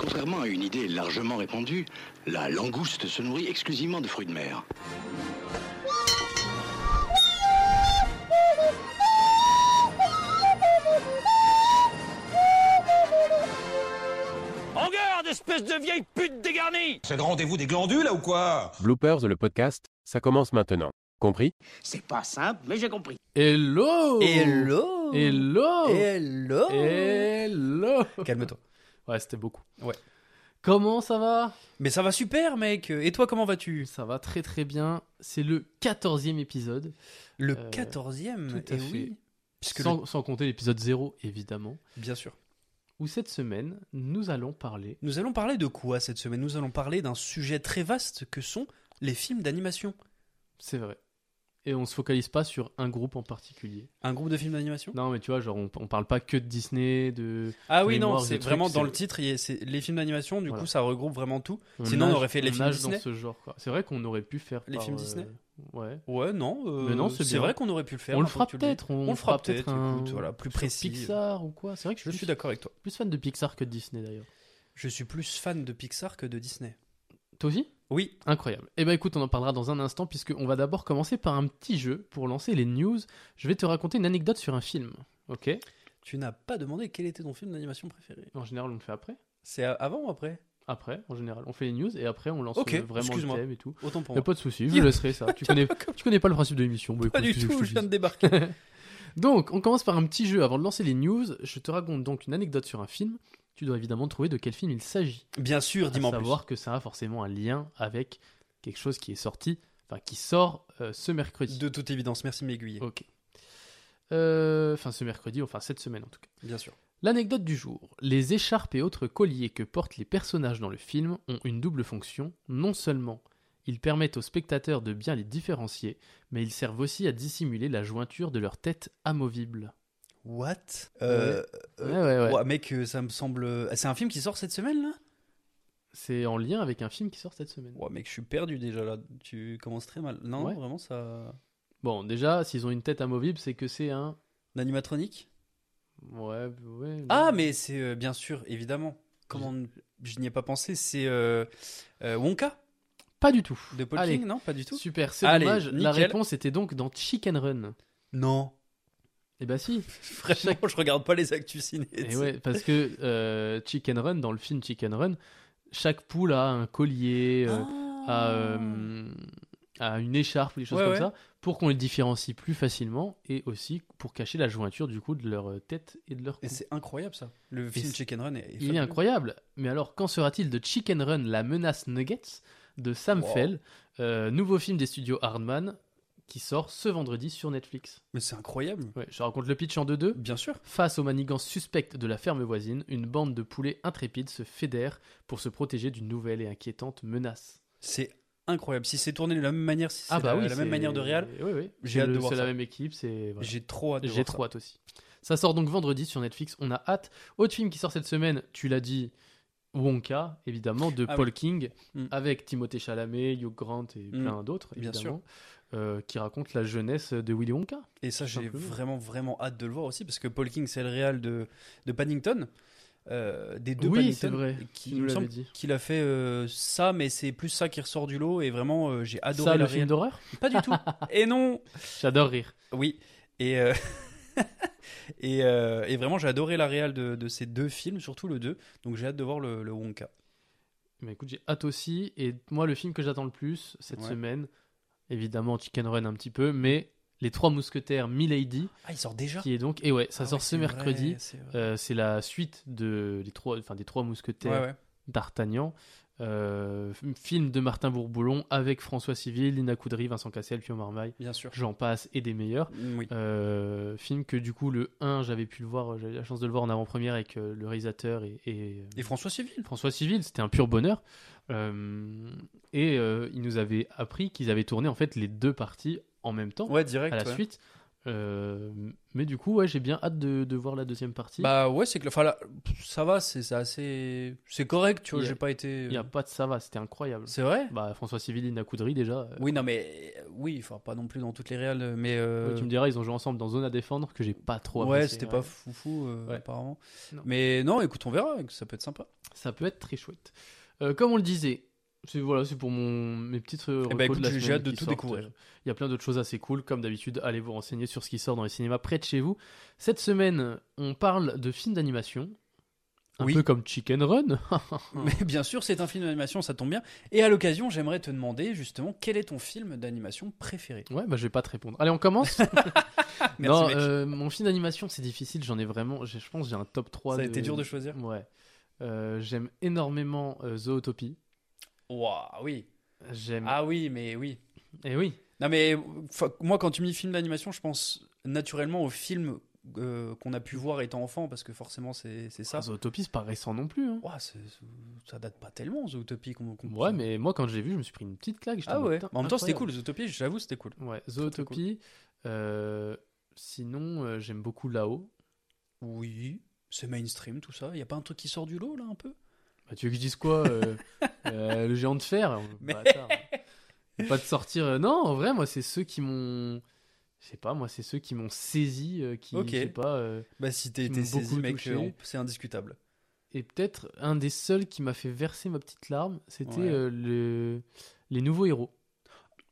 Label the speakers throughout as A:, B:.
A: Contrairement à une idée largement répandue, la langouste se nourrit exclusivement de fruits de mer.
B: En garde, espèce de vieille pute dégarnie
C: C'est le rendez-vous des glandules là ou quoi
D: Bloopers, le podcast, ça commence maintenant. Compris
B: C'est pas simple, mais j'ai compris.
E: Hello
F: Hello
E: Hello Eh.
F: Hello
E: Hello
F: Calme-toi.
E: Ouais, c'était beaucoup.
F: Ouais.
E: Comment ça va
F: Mais ça va super, mec Et toi, comment vas-tu
E: Ça va très très bien. C'est le 14e épisode,
F: Le
E: Euh,
F: 14e,
E: tout à
F: eh
E: fait.
F: oui. Puisque
E: sans, sans compter l'épisode 0, évidemment,
F: le- Bien sûr.
E: où cette semaine, nous allons parler...
F: Nous allons parler de quoi cette semaine Nous allons parler d'un sujet très vaste que sont les films d'animation.
E: C'est vrai. Et on se focalise pas sur un groupe en particulier.
F: Un groupe de films d'animation
E: Non, mais tu vois, genre, on, on parle pas que de Disney, de...
F: Ah oui, non,
E: Mémoire,
F: c'est
E: des
F: vraiment
E: trucs,
F: dans
E: c'est-
F: le titre, il y a- c'est les films d'animation, du
E: Voilà.
F: coup ça regroupe vraiment tout.
E: on
F: Sinon, on
E: nage-
F: aurait fait les
E: on
F: films
E: nage
F: Disney.
E: dans ce genre, quoi. C'est vrai qu'on aurait pu faire
F: Les
E: par,
F: films Disney
E: Ouais.
F: Ouais, non, euh,
E: Mais non, c'est
F: c'est
E: bien.
F: vrai qu'on aurait pu le faire.
E: on le
F: maintenant
E: fera
F: que tu dis.
E: peut-être.
F: On le fera peut-être, écoute, voilà, plus
E: sur
F: précis.
E: Pixar ou quoi. C'est vrai que
F: Je
E: je,
F: suis
E: suis
F: d'accord avec toi.
E: plus fan de Pixar que de Disney d'ailleurs.
F: Je suis plus fan de Pixar que de Disney.
E: Toi aussi
F: Oui,
E: Incroyable. Eh ben écoute, on en parlera dans un instant puisque on va d'abord commencer par un petit jeu pour lancer les news. Je vais te raconter une anecdote sur un film. Ok.
F: tu n'as pas demandé quel était ton film d'animation préféré.
E: En général, on le fait après.
F: C'est a- avant ou après
E: Après, en général, on fait les news et après on lance
F: Ok,
E: euh, vraiment le
F: excuse-moi.
E: thème et tout.
F: Autant pour
E: Y a
F: moi.
E: pas de souci, je
F: Y a-
E: laisserai ça. Tu connais, tu connais pas le principe de l'émission. Bah,
F: Pas
E: écoute,
F: du
E: je te
F: tout, je
E: dis.
F: viens de débarquer.
E: Donc, on commence par un petit jeu avant de lancer les news. Je te raconte donc une anecdote sur un film. Tu dois évidemment trouver de quel film il s'agit.
F: Bien sûr, dis-moi
E: à
F: en plus.
E: savoir que ça a forcément un lien avec quelque chose qui est sorti, enfin qui sort euh, ce mercredi.
F: De toute évidence, merci de m'aiguiller.
E: Ok. Euh, Enfin ce mercredi, enfin cette semaine en tout cas.
F: Bien sûr.
E: L'anecdote du jour. Les écharpes et autres colliers que portent les personnages dans le film ont une double fonction. Non seulement ils permettent aux spectateurs de bien les différencier, mais ils servent aussi à dissimuler la jointure de leur tête amovible.
F: What Euh, euh,
E: ouais, ouais, ouais.
F: ouah, Mec, euh, ça me semble. C'est un film qui sort cette semaine là
E: C'est en lien avec un film qui sort cette semaine.
F: Ouais, mec, je suis perdu déjà là. Tu commences très mal. Non,
E: Ouais.
F: vraiment ça.
E: Bon, déjà, s'ils ont une tête amovible, c'est que c'est un.
F: L'animatronique
E: Ouais, ouais. non.
F: Ah, mais c'est euh, bien sûr, évidemment. Comment n- je n'y ai pas pensé C'est euh, euh, Wonka
E: Pas du tout.
F: de Paul
E: Allez,
F: King, non Pas du tout
E: Super, c'est
F: Allez,
E: dommage. La
F: nickel.
E: réponse était donc dans Chicken Run.
F: Non.
E: Eh bah si.
F: Vraiment, je regarde pas les actus ciné.
E: Et ouais, parce que euh, Chicken Run, dans le film Chicken Run, chaque poule a un collier, euh,
F: Ah.
E: a, euh, a une écharpe, ou des choses
F: Ouais,
E: comme
F: ouais.
E: ça, pour qu'on les différencie plus facilement et aussi pour cacher la jointure du coup de leur euh, tête et de leur cou.
F: Et c'est incroyable ça. Le film
E: c'est-
F: Chicken Run est, est
E: Il est
F: fabuleux.
E: incroyable. Mais alors, quand sera-t-il de Chicken Run, la menace Nuggets de Sam
F: Wow.
E: Fell, euh, nouveau film des studios Hardman qui sort ce vendredi sur Netflix.
F: Mais c'est incroyable.
E: Ouais, je raconte le pitch en deux-deux.
F: Bien sûr.
E: Face aux manigances suspectes de la ferme voisine, une bande de poulets intrépides se fédère pour se protéger d'une nouvelle et inquiétante menace. Ah bah
F: C'est incroyable. Si c'est tourné de la même manière, si c'est la, la
E: c'est-
F: même manière de réal,
E: Oui, oui.
F: j'ai
E: C'est
F: hâte de
E: le-
F: voir
E: C'est la
F: ça.
E: même équipe, c'est. voilà.
F: j'ai trop hâte de
E: J'ai
F: voir
E: trop hâte aussi. Ça sort donc vendredi sur Netflix, on a hâte. Autre film qui sort cette semaine, tu l'as dit, Wonka, évidemment, de
F: Ah
E: Paul
F: oui.
E: King,
F: Mm.
E: avec Timothée Chalamet, Hugh Grant et
F: Mm.
E: plein d'autres,
F: Bien sûr.
E: évidemment, euh, qui raconte la jeunesse de Willy Wonka.
F: Et ça,
E: Tout
F: j'ai
E: simplement.
F: vraiment, vraiment hâte de le voir aussi, parce que Paul King, c'est le réal de, de Paddington, euh, des deux
E: Oui,
F: Paddington,
E: c'est vrai,
F: qui
E: tu nous
F: il me
E: l'avais
F: semble
E: dit.
F: qu'il a fait euh, ça, mais c'est plus ça qui ressort du lot, et vraiment, euh, j'ai adoré
E: Ça,
F: la
E: le film
F: réal-
E: d'horreur
F: Pas du tout. et non
E: J'adore rire.
F: Oui, et, euh, et, euh, et vraiment, j'ai adoré la réal de, de ces deux films, surtout le 2, donc j'ai hâte de voir le, le Wonka.
E: Mais écoute, j'ai hâte aussi. Et moi, le film que j'attends le plus cette
F: Ouais.
E: semaine, évidemment Chicken Run un petit peu, mais Les Trois Mousquetaires, Milady,
F: Ah, il sort déjà
E: qui est donc, et ouais, ça
F: Ah
E: sort
F: ouais,
E: ce
F: c'est vrai,
E: mercredi.
F: c'est vrai.
E: Euh, C'est la suite de les trois, enfin des Trois Mousquetaires
F: Ouais, ouais.
E: d'Artagnan. Euh, f- film de Martin Bourboulon avec François Civil, Lina Coudry, Vincent Cassel, Pio Marmaille,
F: Bien sûr.
E: j'en passe et des meilleurs.
F: Oui.
E: Euh, film que du coup le 1 j'avais pu le voir, j'avais eu la chance de le voir en avant-première avec euh, le réalisateur et, et,
F: Et François Civil
E: François Civil, c'était un pur bonheur. Euh, et euh, ils nous avaient appris qu'ils avaient tourné en fait les deux parties en même temps,
F: Ouais, direct.
E: à la
F: ouais.
E: suite. Euh, mais du coup, ouais, j'ai bien hâte de, de voir la deuxième partie.
F: Bah ouais, c'est que enfin, là, pff, ça va, c'est c'est assez. C'est correct, tu vois,
E: Il y a-
F: j'ai pas été. euh.
E: Il n'y a pas de ça va, c'était incroyable.
F: C'est vrai
E: Bah, François Civil, Lina Coudry déjà. euh,
F: Oui, non, mais euh, oui, enfin, pas non plus dans toutes les réales, mais. euh,
E: ouais, tu me diras, ils ont joué ensemble dans Zone à défendre que j'ai pas trop
F: ouais,
E: apprécié,
F: c'était
E: ouais.
F: pas foufou, euh,
E: Ouais.
F: apparemment.
E: Non.
F: Mais non, écoute, on verra, ça peut être sympa.
E: Ça peut être très chouette. Euh, comme on le disait, c'est voilà, c'est pour mon mes petites euh,
F: Eh ben,
E: recos
F: écoute,
E: de la
F: j'ai
E: semaine
F: hâte de
E: qui
F: tout
E: sortent.
F: découvrir.
E: Euh, Il y a plein d'autres choses assez cool, comme d'habitude. Allez vous renseigner sur ce qui sort dans les cinémas près de chez vous. Cette semaine, on parle de films d'animation, un
F: Oui.
E: peu comme Chicken Run. Oh.
F: Mais bien sûr, c'est un film d'animation, ça tombe bien. Et à l'occasion, j'aimerais te demander justement quel est ton film d'animation préféré
E: ouais, bah je vais pas te répondre. Allez, on commence.
F: Merci,
E: non,
F: mec.
E: euh, mon film d'animation, c'est difficile. J'en ai vraiment, j'ai- je pense, que j'ai un top 3
F: Ça a été dur de choisir.
E: Ouais. Euh, j'aime énormément euh, Zootopie.
F: Waouh, oui.
E: J'aime.
F: Ah oui, mais oui.
E: Et oui.
F: Non, mais enfin, moi, quand tu me dis film d'animation, je pense naturellement au film euh, qu'on a pu voir étant enfant, parce que forcément, c'est c'est ça.
E: Zootopie, c'est pas récent non plus. hein.
F: Ouah, c'est- ça date pas tellement, Zootopie. qu'on qu'on-
E: Ouais, mais moi quand je l'ai vu, je me suis pris une petite claque. j'étais
F: Ah
E: en mode,
F: ouais.
E: Putain,
F: Mais en même temps, c'était
E: incroyable.
F: cool, Zootopie, j'avoue, c'était cool.
E: Ouais,
F: très cool.
E: Zootopie. euh, sinon, euh, j'aime beaucoup là-haut.
F: Oui, c'est mainstream, tout ça. Y a pas un truc qui sort du lot, là, un peu
E: Bah, tu veux que je dise quoi euh, euh, Le géant de fer
F: Mais-
E: bâtard. hein. Faut Pas de sortir. euh, Non, en vrai, moi, c'est ceux qui m'ont. Je sais pas, moi, c'est ceux qui m'ont saisi, euh, qui.
F: Ok.
E: Je sais pas. euh,
F: Bah, si
E: Ils
F: t'es
E: m'ont
F: t'es saisi,
E: beaucoup
F: mec,
E: touché.
F: on- c'est indiscutable.
E: Et peut-être un des seuls qui m'a fait verser ma petite larme, c'était
F: Ouais.
E: euh, le... Les Nouveaux Héros.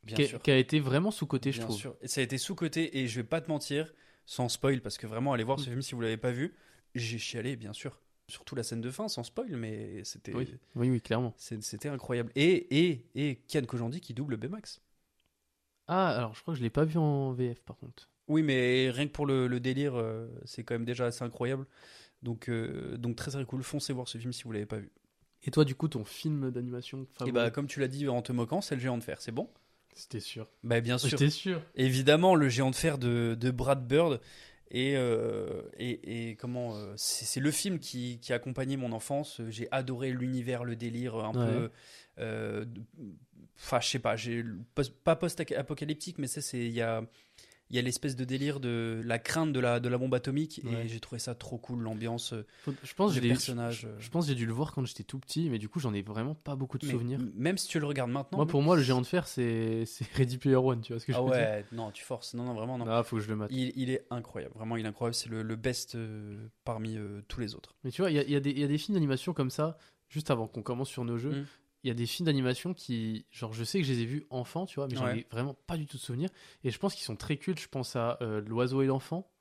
F: Bien
E: qui a,
F: sûr.
E: qui a été vraiment sous-côté, je
F: Bien
E: trouve.
F: sûr. Et ça a été sous-coté, et je vais pas te mentir, sans spoil, parce que vraiment, allez voir
E: Mm.
F: ce film si vous l'avez pas vu. J'ai chialé, bien sûr. Surtout la scène de fin, sans spoil, mais c'était
E: Oui, oui, oui, clairement.
F: c'est- c'était incroyable. Et, et, et Kian Kojandi qui double Baymax.
E: Ah, alors, je crois que je l'ai pas vu en VF, par contre.
F: Oui, mais rien que pour le, le délire, euh, c'est quand même déjà assez incroyable. Donc, euh, donc très très cool. Foncez voir ce film si vous l'avez pas vu.
E: Et toi, du coup, ton film d'animation
F: Et
E: favori
F: bah, comme tu l'as dit en te moquant, c'est le géant de fer, c'est bon
E: C'était sûr.
F: Bah, bien sûr.
E: J'étais sûr.
F: Évidemment, le géant de fer de, de Brad Bird. Et, euh, et, et comment euh, c'est c'est le film qui, qui a accompagné mon enfance. J'ai adoré l'univers, le délire, un
E: Ouais.
F: peu. euh, de- Enfin, je sais pas, j'ai le post- pas post-apocalyptique, mais c'est c'est- il y a, il y a l'espèce de délire de la crainte de la, de la bombe atomique.
E: Ouais.
F: Et j'ai trouvé ça trop cool, l'ambiance. euh,
E: Faut- Je pense, que
F: Les
E: je l'ai-
F: personnages,
E: je-
F: euh.
E: je pense que j'ai dû le voir quand j'étais tout petit, mais du coup, j'en ai vraiment pas beaucoup de
F: Mais
E: souvenirs.
F: m- Même si tu le regardes maintenant.
E: moi,
F: mec,
E: pour moi, le géant de fer, c'est c'est Ready Player One, tu vois ce que je
F: Ah
E: veux dire
F: ouais, non, tu forces. Non, non, vraiment, non.
E: Ah, faut que je le mate.
F: Il, il est incroyable, vraiment, il est incroyable. C'est le, le best euh, parmi euh, tous les autres.
E: Mais tu vois, il y a, il y a des- il y a des films d'animation comme ça, juste avant qu'on commence sur nos jeux. Il
F: Mm.
E: y a des films d'animation qui, genre, je sais que je les ai vus enfants, tu vois, mais j'en
F: Ouais.
E: ai vraiment pas du tout de souvenirs. Et je pense qu'ils sont très cultes. Je pense à euh, L'oiseau et l'enfant.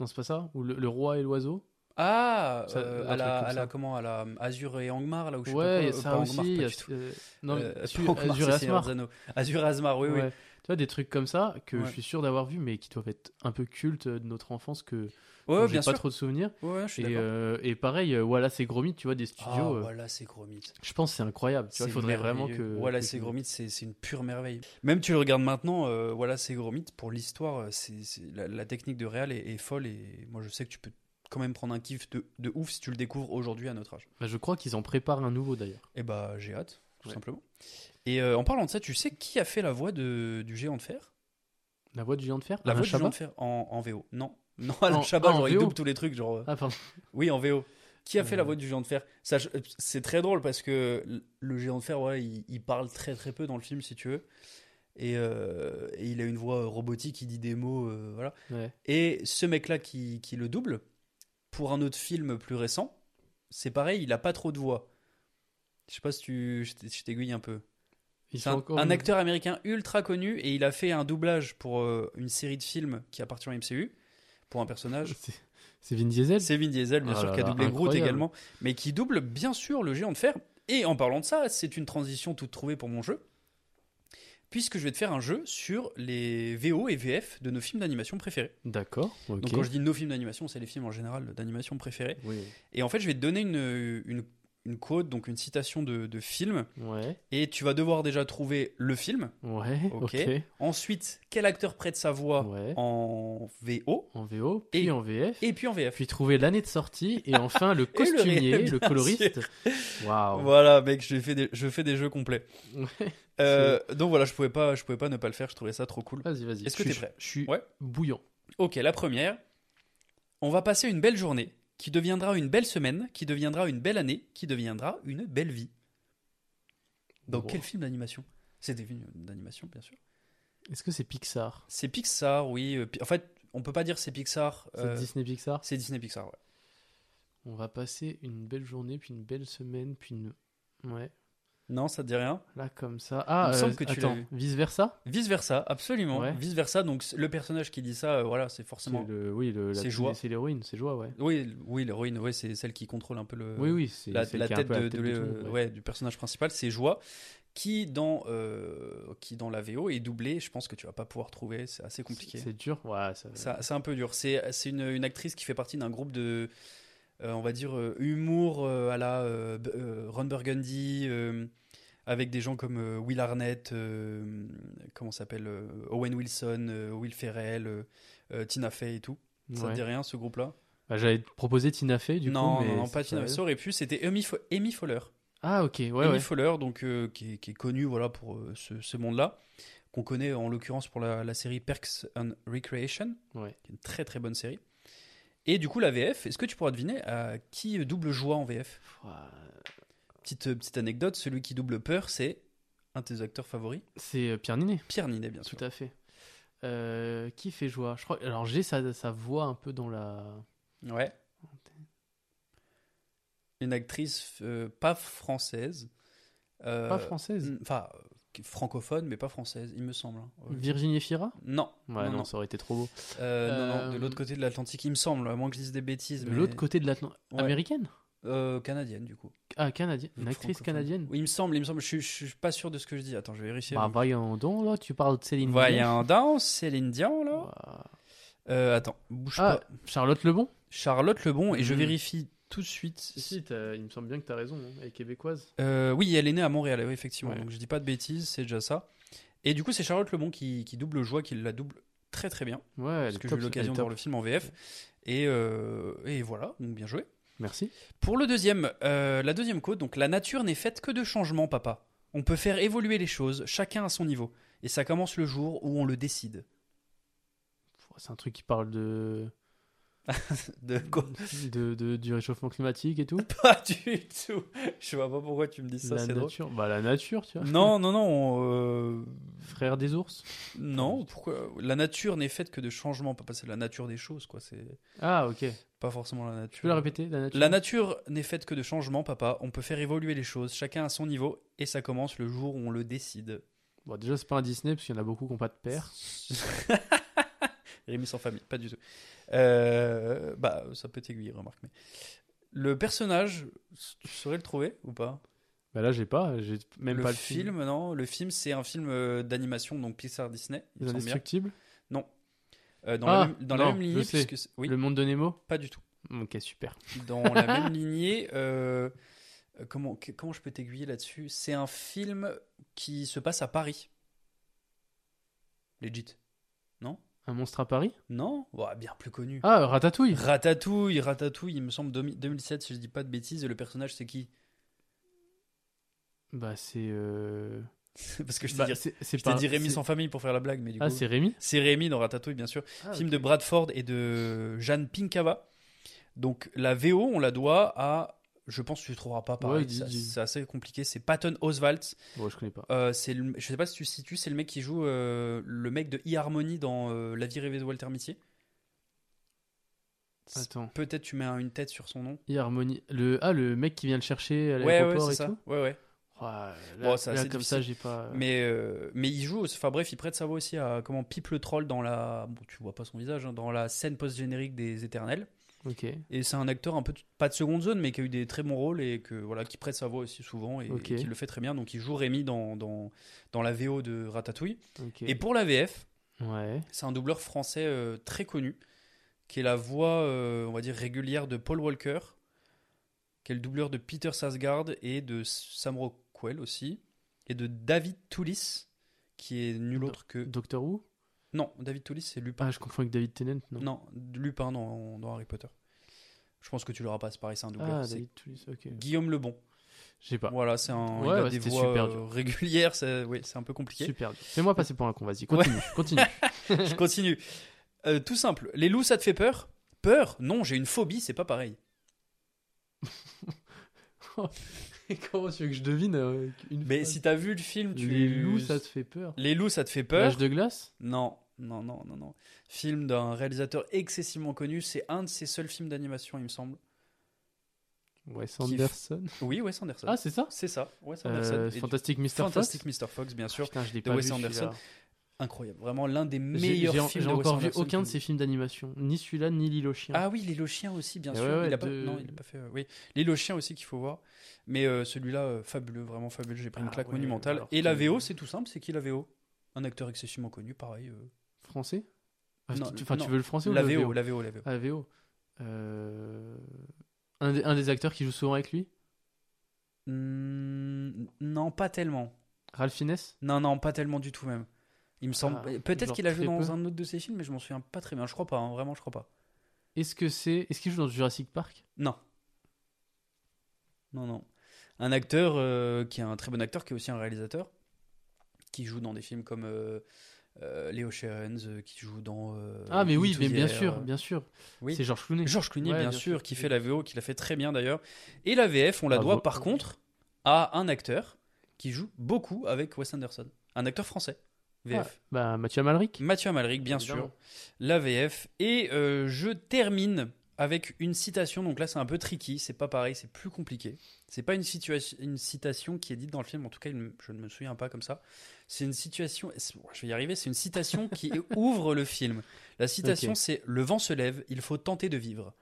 E: Non, c'est pas ça Ou le, le roi et l'oiseau
F: Ah,
E: Ça,
F: euh,
E: un
F: à, la,
E: truc comme
F: à la-
E: ça.
F: comment à la Azur et Angmar là où je sais
E: Ouais, il y a
F: pas quoi, euh,
E: ça
F: pas
E: aussi.
F: Angmar,
E: il y
F: pas
E: a
F: du tout.
E: ce- non, mais
F: Euh, pas
E: su-
F: Angmar,
E: Azur et
F: c'est Seigneur
E: Asmar.
F: des Anneaux. Azur et Asmar, oui, oui.
E: Ouais. Tu vois, des trucs comme ça que je
F: Ouais.
E: suis sûr d'avoir vu, mais qui doivent être un peu cultes euh, de notre enfance, que
F: Ouais,
E: dont j'ai
F: bien
E: pas
F: sûr.
E: trop de souvenirs.
F: Ouais, je suis
E: Et,
F: d'accord.
E: euh, et pareil, euh, Voilà, c'est Gromit, tu vois, des
F: Ah,
E: studios. euh,
F: voilà, c'est gros mythe.
E: Je pense que c'est incroyable. Tu vois, il
F: C'est
E: faudrait vraiment
F: merveilleux.
E: que.
F: Voilà,
E: que
F: c'est
E: je-
F: gros mythe, c'est c'est une pure merveille. Même tu le regardes maintenant, euh, voilà, c'est gros mythe. Pour l'histoire, euh, c'est c'est- la, la technique de Real est, est folle et moi je sais que tu peux quand même prendre un kiff de, de ouf si tu le découvres aujourd'hui à notre âge.
E: Bah, je crois qu'ils en préparent un nouveau d'ailleurs.
F: Et bah, j'ai hâte, tout
E: Ouais.
F: simplement. Et euh, en parlant de ça, tu sais qui a fait la voix de, du géant de fer
E: La voix du géant de fer
F: La
E: Alain
F: voix du
E: Chabat
F: géant de fer en, en VO. Non, Non, Alain
E: En-
F: Chabat,
E: ah, en
F: genre, il
E: VO.
F: double tous les trucs, genre. euh.
E: Ah, pardon.
F: Oui, en VO. Qui a fait
E: Euh.
F: la voix du géant de fer Ça, je- C'est très drôle parce que l- le géant de fer, ouais, il, il parle très très peu dans le film, si tu veux. Et, euh, et il a une voix robotique, il dit des mots, euh, voilà.
E: Ouais.
F: Et ce mec-là qui, qui le double, pour un autre film plus récent, c'est pareil, il a pas trop de voix. Je sais pas si tu, je t'ai- je t'aiguille un peu.
E: Ils
F: C'est
E: sont
F: un,
E: encore-
F: un acteur américain ultra connu et il a fait un doublage pour euh, une série de films qui appartient au MCU pour un personnage.
E: C'est- C'est Vin Diesel
F: C'est Vin Diesel, bien
E: Ah
F: sûr,
E: là
F: qui a
E: là,
F: doublé Groot
E: incroyable.
F: également, mais qui double bien sûr le géant de fer. Et en parlant de ça, c'est une transition toute trouvée pour mon jeu, puisque je vais te faire un jeu sur les VO et VF de nos films d'animation préférés.
E: D'accord, ok.
F: Donc quand je dis nos films d'animation, c'est les films en général d'animation préférés.
E: Oui.
F: Et en fait, je vais te donner une, une, une quote, donc une citation de, de film,
E: Ouais,
F: et tu vas devoir déjà trouver le film.
E: ouais,
F: Ok.
E: ok.
F: Ensuite, quel acteur prête sa voix
E: Ouais.
F: en VO
E: En VO, puis
F: Et-
E: en VF,
F: et puis en VF.
E: puis trouver l'année de sortie, et enfin le costumier,
F: réel,
E: le,
F: bien
E: coloriste. Waouh.
F: Voilà, mec, je fais des, je fais des jeux complets.
E: Ouais.
F: Euh, donc voilà, je pouvais pas, je pouvais pas ne pas le faire. Je trouvais ça trop cool.
E: Vas-y, vas-y.
F: Est-ce que
E: Je
F: t'es
E: suis-
F: prêt
E: Je suis
F: Ouais.
E: bouillant.
F: Ok, la première. On va passer une belle journée qui deviendra une belle semaine, qui deviendra une belle année, qui deviendra une belle vie. Dans
E: Wow.
F: quel film d'animation C'est des films d'animation, bien sûr.
E: Est-ce que c'est Pixar
F: C'est Pixar, oui. euh, pi- En fait, on peut pas dire c'est Pixar.
E: C'est
F: euh,
E: Disney Pixar
F: C'est Disney Pixar, ouais.
E: On va passer une belle journée, puis une belle semaine, puis une. Ouais,
F: Non, ça te dit rien.
E: là comme ça. Ah,
F: hein. me
E: euh,
F: semble que tu l'as
E: attends,
F: vu.
E: vice versa
F: Vice versa, absolument.
E: Ouais.
F: Vice versa. Donc c- le personnage qui dit ça, euh, voilà, c'est forcément.
E: le, Oui, le, la-
F: c'est Joie.
E: C'est l'héroïne, c'est joie, ouais.
F: Oui, l- oui, l'héroïne, ouais, c'est celle qui contrôle un peu le.
E: oui, oui, c'est
F: la,
E: celle
F: la
E: qui a un
F: tête,
E: peu la
F: de, de
E: tout
F: le-
E: le monde, ouais.
F: ouais, du personnage principal, c'est Joie, qui dans, euh, qui dans la VO est doublée. Je pense que tu vas pas pouvoir trouver, c'est assez compliqué.
E: C'est- C'est dur, ouais. Ça...
F: Ça- C'est un peu dur. C'est c'est une, une actrice qui fait partie d'un groupe de, euh, on va dire, euh, humour euh, à la euh, B- euh, Ron Burgundy, euh, avec des gens comme euh, Will Arnett, euh, comment ça s'appelle, euh, Owen Wilson, euh, Will Ferrell, euh, euh, Tina Fey et tout. Ça
E: ouais.
F: te dit rien, ce groupe-là
E: Bah, J'avais proposé Tina Fey, du
F: non,
E: coup.
F: non,
E: mais
F: non, pas
E: ça
F: Tina Fey.
E: arrive.
F: Ça aurait pu, c'était Amy, Fo- Amy Fowler.
E: Ah, ok, ouais,
F: Amy
E: ouais.
F: Fowler, donc, euh, qui, est, qui est connue voilà, pour euh, ce, ce monde-là, qu'on connaît en l'occurrence pour la, la série Perks and Recreation,
E: Ouais.
F: qui est une très très bonne série. Et du coup, la VF, est-ce que tu pourras deviner à qui double joie en VF
E: Pff, ouah.
F: petite, euh, petite anecdote, celui qui double peur, c'est un de tes acteurs favoris,
E: C'est euh, Pierre Ninet,
F: Pierre Ninet, bien
E: tout
F: sûr.
E: à fait. Euh, qui fait joie Je crois. Alors j'ai sa, sa voix un peu dans la.
F: Ouais. Une actrice euh, pas française. euh,
E: Pas française.
F: n- Enfin, euh, francophone, mais pas française, il me semble. hein. Euh,
E: Virginie Fira
F: Non.
E: Ouais, non, ça aurait été trop beau.
F: Euh, non, non, de
E: Euh,
F: l'autre côté de l'Atlantique, il me semble, à moins que je dise des bêtises.
E: De
F: mais-
E: l'autre côté de l'Atlantique.
F: Ouais.
E: Américaine
F: Euh, canadienne, du coup.
E: Ah, canadienne. Une actrice
F: Francophone.
E: canadienne
F: Oui, il me semble, il me semble. Je, suis- je suis pas sûr de ce que je dis. Attends, je vais vérifier.
E: Bah, voyons donc, là, tu parles de Céline
F: Voyons donc, Céline Dion, là.
E: Dion. Ouah.
F: Euh, attends, bouge
E: Ah,
F: pas.
E: Charlotte Lebon
F: Charlotte Lebon, et je
E: Hmm.
F: vérifie tout de suite.
E: Si, t'as- il me semble bien que t'as raison, hein, elle est québécoise.
F: Euh, oui, elle est née à Montréal, oui, effectivement.
E: Ouais.
F: Donc je dis pas de bêtises, c'est déjà ça. Et du coup, c'est Charlotte Lebon qui, qui double Joie, qui la double très très bien.
E: Ouais, elle
F: parce
E: est
F: que j'ai
E: top,
F: eu l'occasion
E: elle est
F: de voir
E: top.
F: le film en VF. Et, euh, et voilà, donc bien joué.
E: Merci.
F: Pour le deuxième, euh, la deuxième côte, donc la nature n'est faite que de changements, papa. On peut faire évoluer les choses, chacun à son niveau. Et ça commence le jour où on le décide.
E: Pouah, C'est un truc qui parle de...
F: De quoi
E: de, de- du réchauffement climatique et tout.
F: Pas du tout. Je vois pas pourquoi tu me dis ça,
E: la
F: c'est drôle.
E: nature. Bah, la nature, tu vois.
F: Non, non, non. on, euh,
E: Frère des ours.
F: Non, pourquoi La nature n'est faite que de changements, papa. C'est la nature des choses, quoi. C'est
E: Ah, ok.
F: pas forcément la nature.
E: Tu peux la répéter, la nature
F: La nature n'est faite que de changements, papa. On peut faire évoluer les choses, chacun à son niveau, et ça commence le jour où on le décide.
E: Bon, déjà, c'est pas un Disney, parce qu'il y en a beaucoup qui n'ont pas de père.
F: Rémi sans famille, pas du tout. Euh, bah, ça peut t'aiguiller, remarque. Mais... Le personnage, tu saurais le trouver ou pas
E: Bah là, j'ai pas, j'ai même
F: le
E: pas le
F: film,
E: film.
F: non Le film, c'est un film euh, d'animation, donc Pixar Disney. il
E: Les
F: me semble bien.
E: Indestructibles
F: Non. Euh, dans
E: Ah,
F: la même, dans la
E: non,
F: même
E: je
F: lignée,
E: sais.
F: puisque c'est- oui,
E: Le monde de Nemo
F: pas du tout.
E: Ok, super.
F: Dans la même lignée, euh, euh, comment, que- comment je peux t'aiguiller là-dessus C'est un film qui se passe à Paris. Legit. Non
E: Un monstre à Paris
F: Non Ouah, Bien plus connu.
E: Ah, Ratatouille
F: Ratatouille, Ratatouille, il me semble 2000 2007 si je dis pas de bêtises, et le personnage c'est qui
E: Bah, c'est... euh,
F: Parce que je t'ai
E: Bah,
F: dit,
E: c'est- c'est
F: je t'ai
E: pas-
F: dit Rémi
E: c'est-
F: sans famille pour faire la blague, mais du
E: Ah,
F: coup-
E: c'est Rémi
F: C'est Rémi dans Ratatouille, bien sûr.
E: Ah,
F: Film
E: ok.
F: de Brad Ford et de euh, Jeanne Pinkava. Donc la VO, on la doit à, je pense que tu ne trouveras pas pareil,
E: Bah Ouais, dis-
F: ça-
E: dis.
F: c'est assez compliqué, c'est Patton Oswalt.
E: Bon, je connais pas.
F: Euh, c'est le- je sais pas si tu situes, c'est le mec qui joue euh, le mec de e-harmony dans euh, La vie rêvée de Walter Mitty. C'est-
E: Attends.
F: Peut-être tu mets un- une tête sur son nom.
E: E-Harmony. Le... Ah, le mec qui vient le chercher à
F: Ouais, ouais,
E: l'aéroport
F: c'est
E: et
F: ça.
E: tout
F: Ouais, ouais.
E: Ouah, là,
F: Bon, c'est
E: là,
F: assez
E: comme
F: difficile.
E: ça, j'ai pas.
F: Mais, euh, mais il joue, aussi- enfin bref, il prête sa voix aussi à comment Pipe le troll dans la. Bon, tu vois pas son visage, hein, dans la scène post-générique des Éternels.
E: Ok.
F: Et c'est un acteur un peu, de- pas de seconde zone, mais qui a eu des très bons rôles et que, voilà, qui prête sa voix aussi souvent et,
E: Ok.
F: et qui le fait très bien. Donc il joue Rémi dans, dans, dans la VO de Ratatouille.
E: ok.
F: Et pour la VF,
E: Ouais.
F: c'est un doubleur français euh, très connu, qui est la voix, euh, on va dire, régulière de Paul Walker, qui est le doubleur de Peter Sarsgaard et de Sam Rockwell aussi, et de David Toulis, qui est nul autre que...
E: Doctor Who
F: Non, David Toulis, c'est Lupin.
E: Ah, je confonds avec David Tennant, non
F: Non, Lupin dans, dans Harry Potter. Je pense que tu l'auras pas, c'est pareil, c'est un doubleur.
E: Ah,
F: c'est
E: David Tullis, ok.
F: Guillaume Lebon.
E: J'ai pas.
F: Voilà, c'est un... il
E: Ouais,
F: a
E: ouais,
F: des
E: c'était
F: voix
E: super
F: euh,
E: dur.
F: régulières, c'est oui, c'est un peu compliqué.
E: Super dur. Fais-moi passer pour un con, vas-y. Continue, continue.
F: Je continue. Euh, tout simple. Les loups, ça te fait peur Peur Non, j'ai une phobie, c'est pas pareil.
E: Oh, Comment tu veux que je devine euh, une
F: Mais
E: phrase
F: si t'as vu le film, tu.
E: Les loups, ça te fait peur.
F: Les loups, ça te fait peur
E: L'âge de glace
F: Non, non, non, non, non. Film d'un réalisateur excessivement connu. C'est un de ses seuls films d'animation, il me semble.
E: Wes Anderson.
F: Oui, Wes Anderson.
E: Ah, c'est ça
F: c'est ça, Wes Anderson.
E: Euh,
F: Et du-
E: Fantastic Mr.
F: Fantastic
E: Fox Ah,
F: Mr. Fox, bien sûr.
E: Putain, je l'ai
F: de
E: pas
F: Wes
E: vu,
F: Anderson.
E: celui-là.
F: Incroyable. Vraiment l'un des
E: J'ai-
F: meilleurs
E: j'ai-
F: films
E: J'ai
F: de Wes
E: encore vu
F: Anderson
E: aucun
F: que-
E: de ses films d'animation. Ni celui-là, ni L'île aux chiens.
F: Ah oui, l'île aux chiens aussi, bien
E: Eh
F: sûr.
E: ouais, ouais,
F: il a pas...
E: de-
F: Non, il a pas fait. euh, Oui, l'île aux chiens aussi qu'il faut voir. Mais euh, celui-là, euh, fabuleux, vraiment fabuleux. J'ai pris une
E: Ah
F: claque
E: ouais,
F: monumentale.
E: alors
F: Et la
E: que-
F: VO, c'est tout simple. C'est qui la VO Un acteur excessivement connu, pareil. euh,
E: Français Ah,
F: Non,
E: tu- tu- Enfin,
F: non.
E: tu veux le français ou
F: La
E: le
F: VO, la VO, la VO.
E: Ah, VO. Euh, Un, des, un des acteurs qui joue souvent avec lui
F: Hmm, non, pas tellement.
E: Ralph Fiennes
F: Non, non, pas tellement du tout même. Il me semble.
E: Ah,
F: Peut-être
E: genre
F: qu'il a joué
E: très
F: dans
E: peu.
F: un autre de ses films, mais je m'en souviens pas très bien. Je crois pas, hein, vraiment, je crois pas.
E: Est-ce que c'est. Est-ce qu'il joue dans Jurassic Park
F: Non. Non, non. Un acteur euh, qui est un très bon acteur, qui est aussi un réalisateur, qui joue dans des films comme euh, euh, Léo Sherens, euh, qui joue dans. euh,
E: Ah, mais oui,
F: Into
E: mais
F: the
E: bien
F: Air,
E: sûr,
F: euh,
E: bien sûr.
F: oui.
E: C'est George Clooney.
F: Georges Clooney,
E: Ouais,
F: bien,
E: bien
F: sûr,
E: sûr. Ah,
F: qui fait la VO, qui la fait très bien d'ailleurs. Et la VF, on la
E: Bravo.
F: doit par contre à un acteur qui joue beaucoup avec Wes Anderson. Un acteur français, VF.
E: Bah, Mathieu Amalric.
F: Mathieu Amalric, bien sûr,
E: Évidemment.
F: la VF. Et euh, je termine avec une citation. Donc là, c'est un peu tricky, c'est pas pareil, c'est plus compliqué. C'est pas une, situation, une citation qui est dite dans le film, en tout cas, il- je ne me souviens pas comme ça. C'est une situation, je vais y arriver, c'est une citation qui ouvre le film. La citation,
E: Ok.
F: c'est Le vent se lève, il faut tenter de vivre.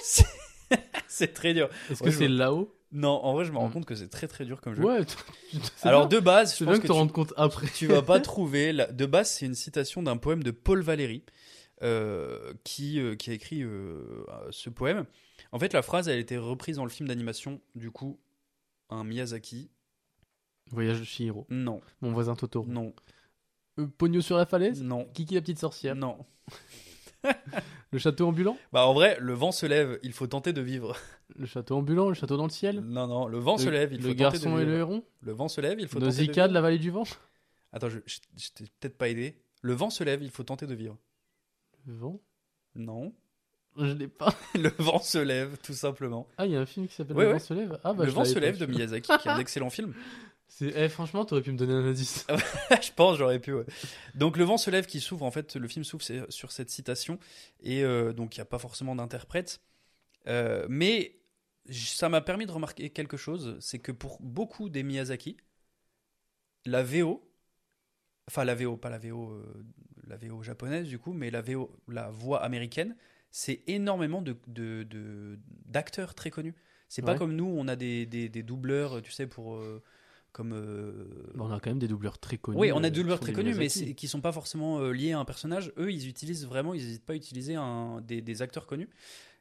F: C'est- c'est très dur.
E: Est-ce
F: Ouais,
E: que
F: je
E: c'est
F: vois.
E: là-haut
F: Non, en vrai, je me rends
E: Mm.
F: compte que c'est très très dur comme jeu.
E: Ouais. t- c'est
F: Alors,
E: bien.
F: de base, je
E: C'est bien
F: pense
E: que
F: que
E: tu te
F: tu
E: rendes compte après.
F: tu vas pas trouver. la- De base, c'est une citation d'un poème de Paul Valéry euh, qui, euh, qui a écrit euh, ce poème. En fait, la phrase, elle a été reprise dans le film d'animation, du coup, un Miyazaki.
E: Voyage de Chihiro.
F: Non,
E: Mon voisin Totoro.
F: non,
E: Euh, Pogno sur la falaise
F: non,
E: Kiki la petite sorcière
F: non.
E: Le château ambulant
F: Bah, en vrai, le vent se lève, il faut tenter de vivre.
E: Le château ambulant Le château dans le ciel
F: Non, non, le vent se
E: Le-
F: lève, il faut tenter
E: Le
F: de
E: garçon
F: vivre.
E: et le héron
F: Le vent se lève, il faut tenter de
E: Nausicaa
F: vivre.
E: de la vallée du vent
F: Attends, je, je- je t'ai peut-être pas aidé. Le vent se lève, il faut tenter de vivre.
E: Le vent
F: Non.
E: Je l'ai pas.
F: Le vent se lève, tout simplement.
E: Ah, il y a un film qui s'appelle
F: Ouais,
E: Le
F: ouais.
E: vent se lève Ah, bah,
F: le
E: je
F: vent se
E: l'avais pas
F: lève de
E: celui-là.
F: Miyazaki, qui est un excellent film.
E: C'est- Eh, franchement, t'aurais pu me donner un indice.
F: je pense, j'aurais pu. ouais. Donc le vent se lève qui s'ouvre, en fait, le film s'ouvre c'est- sur cette citation, et euh, donc il n'y a pas forcément d'interprète. Euh, mais j- ça m'a permis de remarquer quelque chose, c'est que pour beaucoup des Miyazaki, la VO, enfin la VO, pas la VO, euh, la VO japonaise du coup, mais la VO, la voix américaine, c'est énormément de de- de- d'acteurs très connus. C'est pas
E: Ouais.
F: comme nous, on a des, des- des doubleurs, tu sais, pour euh, comme euh,
E: Bon, on a quand même des doubleurs très connus.
F: oui, on a des
E: euh,
F: doubleurs
E: qui
F: très
E: sont
F: connus, mais
E: Miyazaki.
F: c'est- qui sont pas forcément euh, liés à un personnage. Eux, ils utilisent vraiment, ils n'hésitent pas à utiliser un- des, des acteurs connus.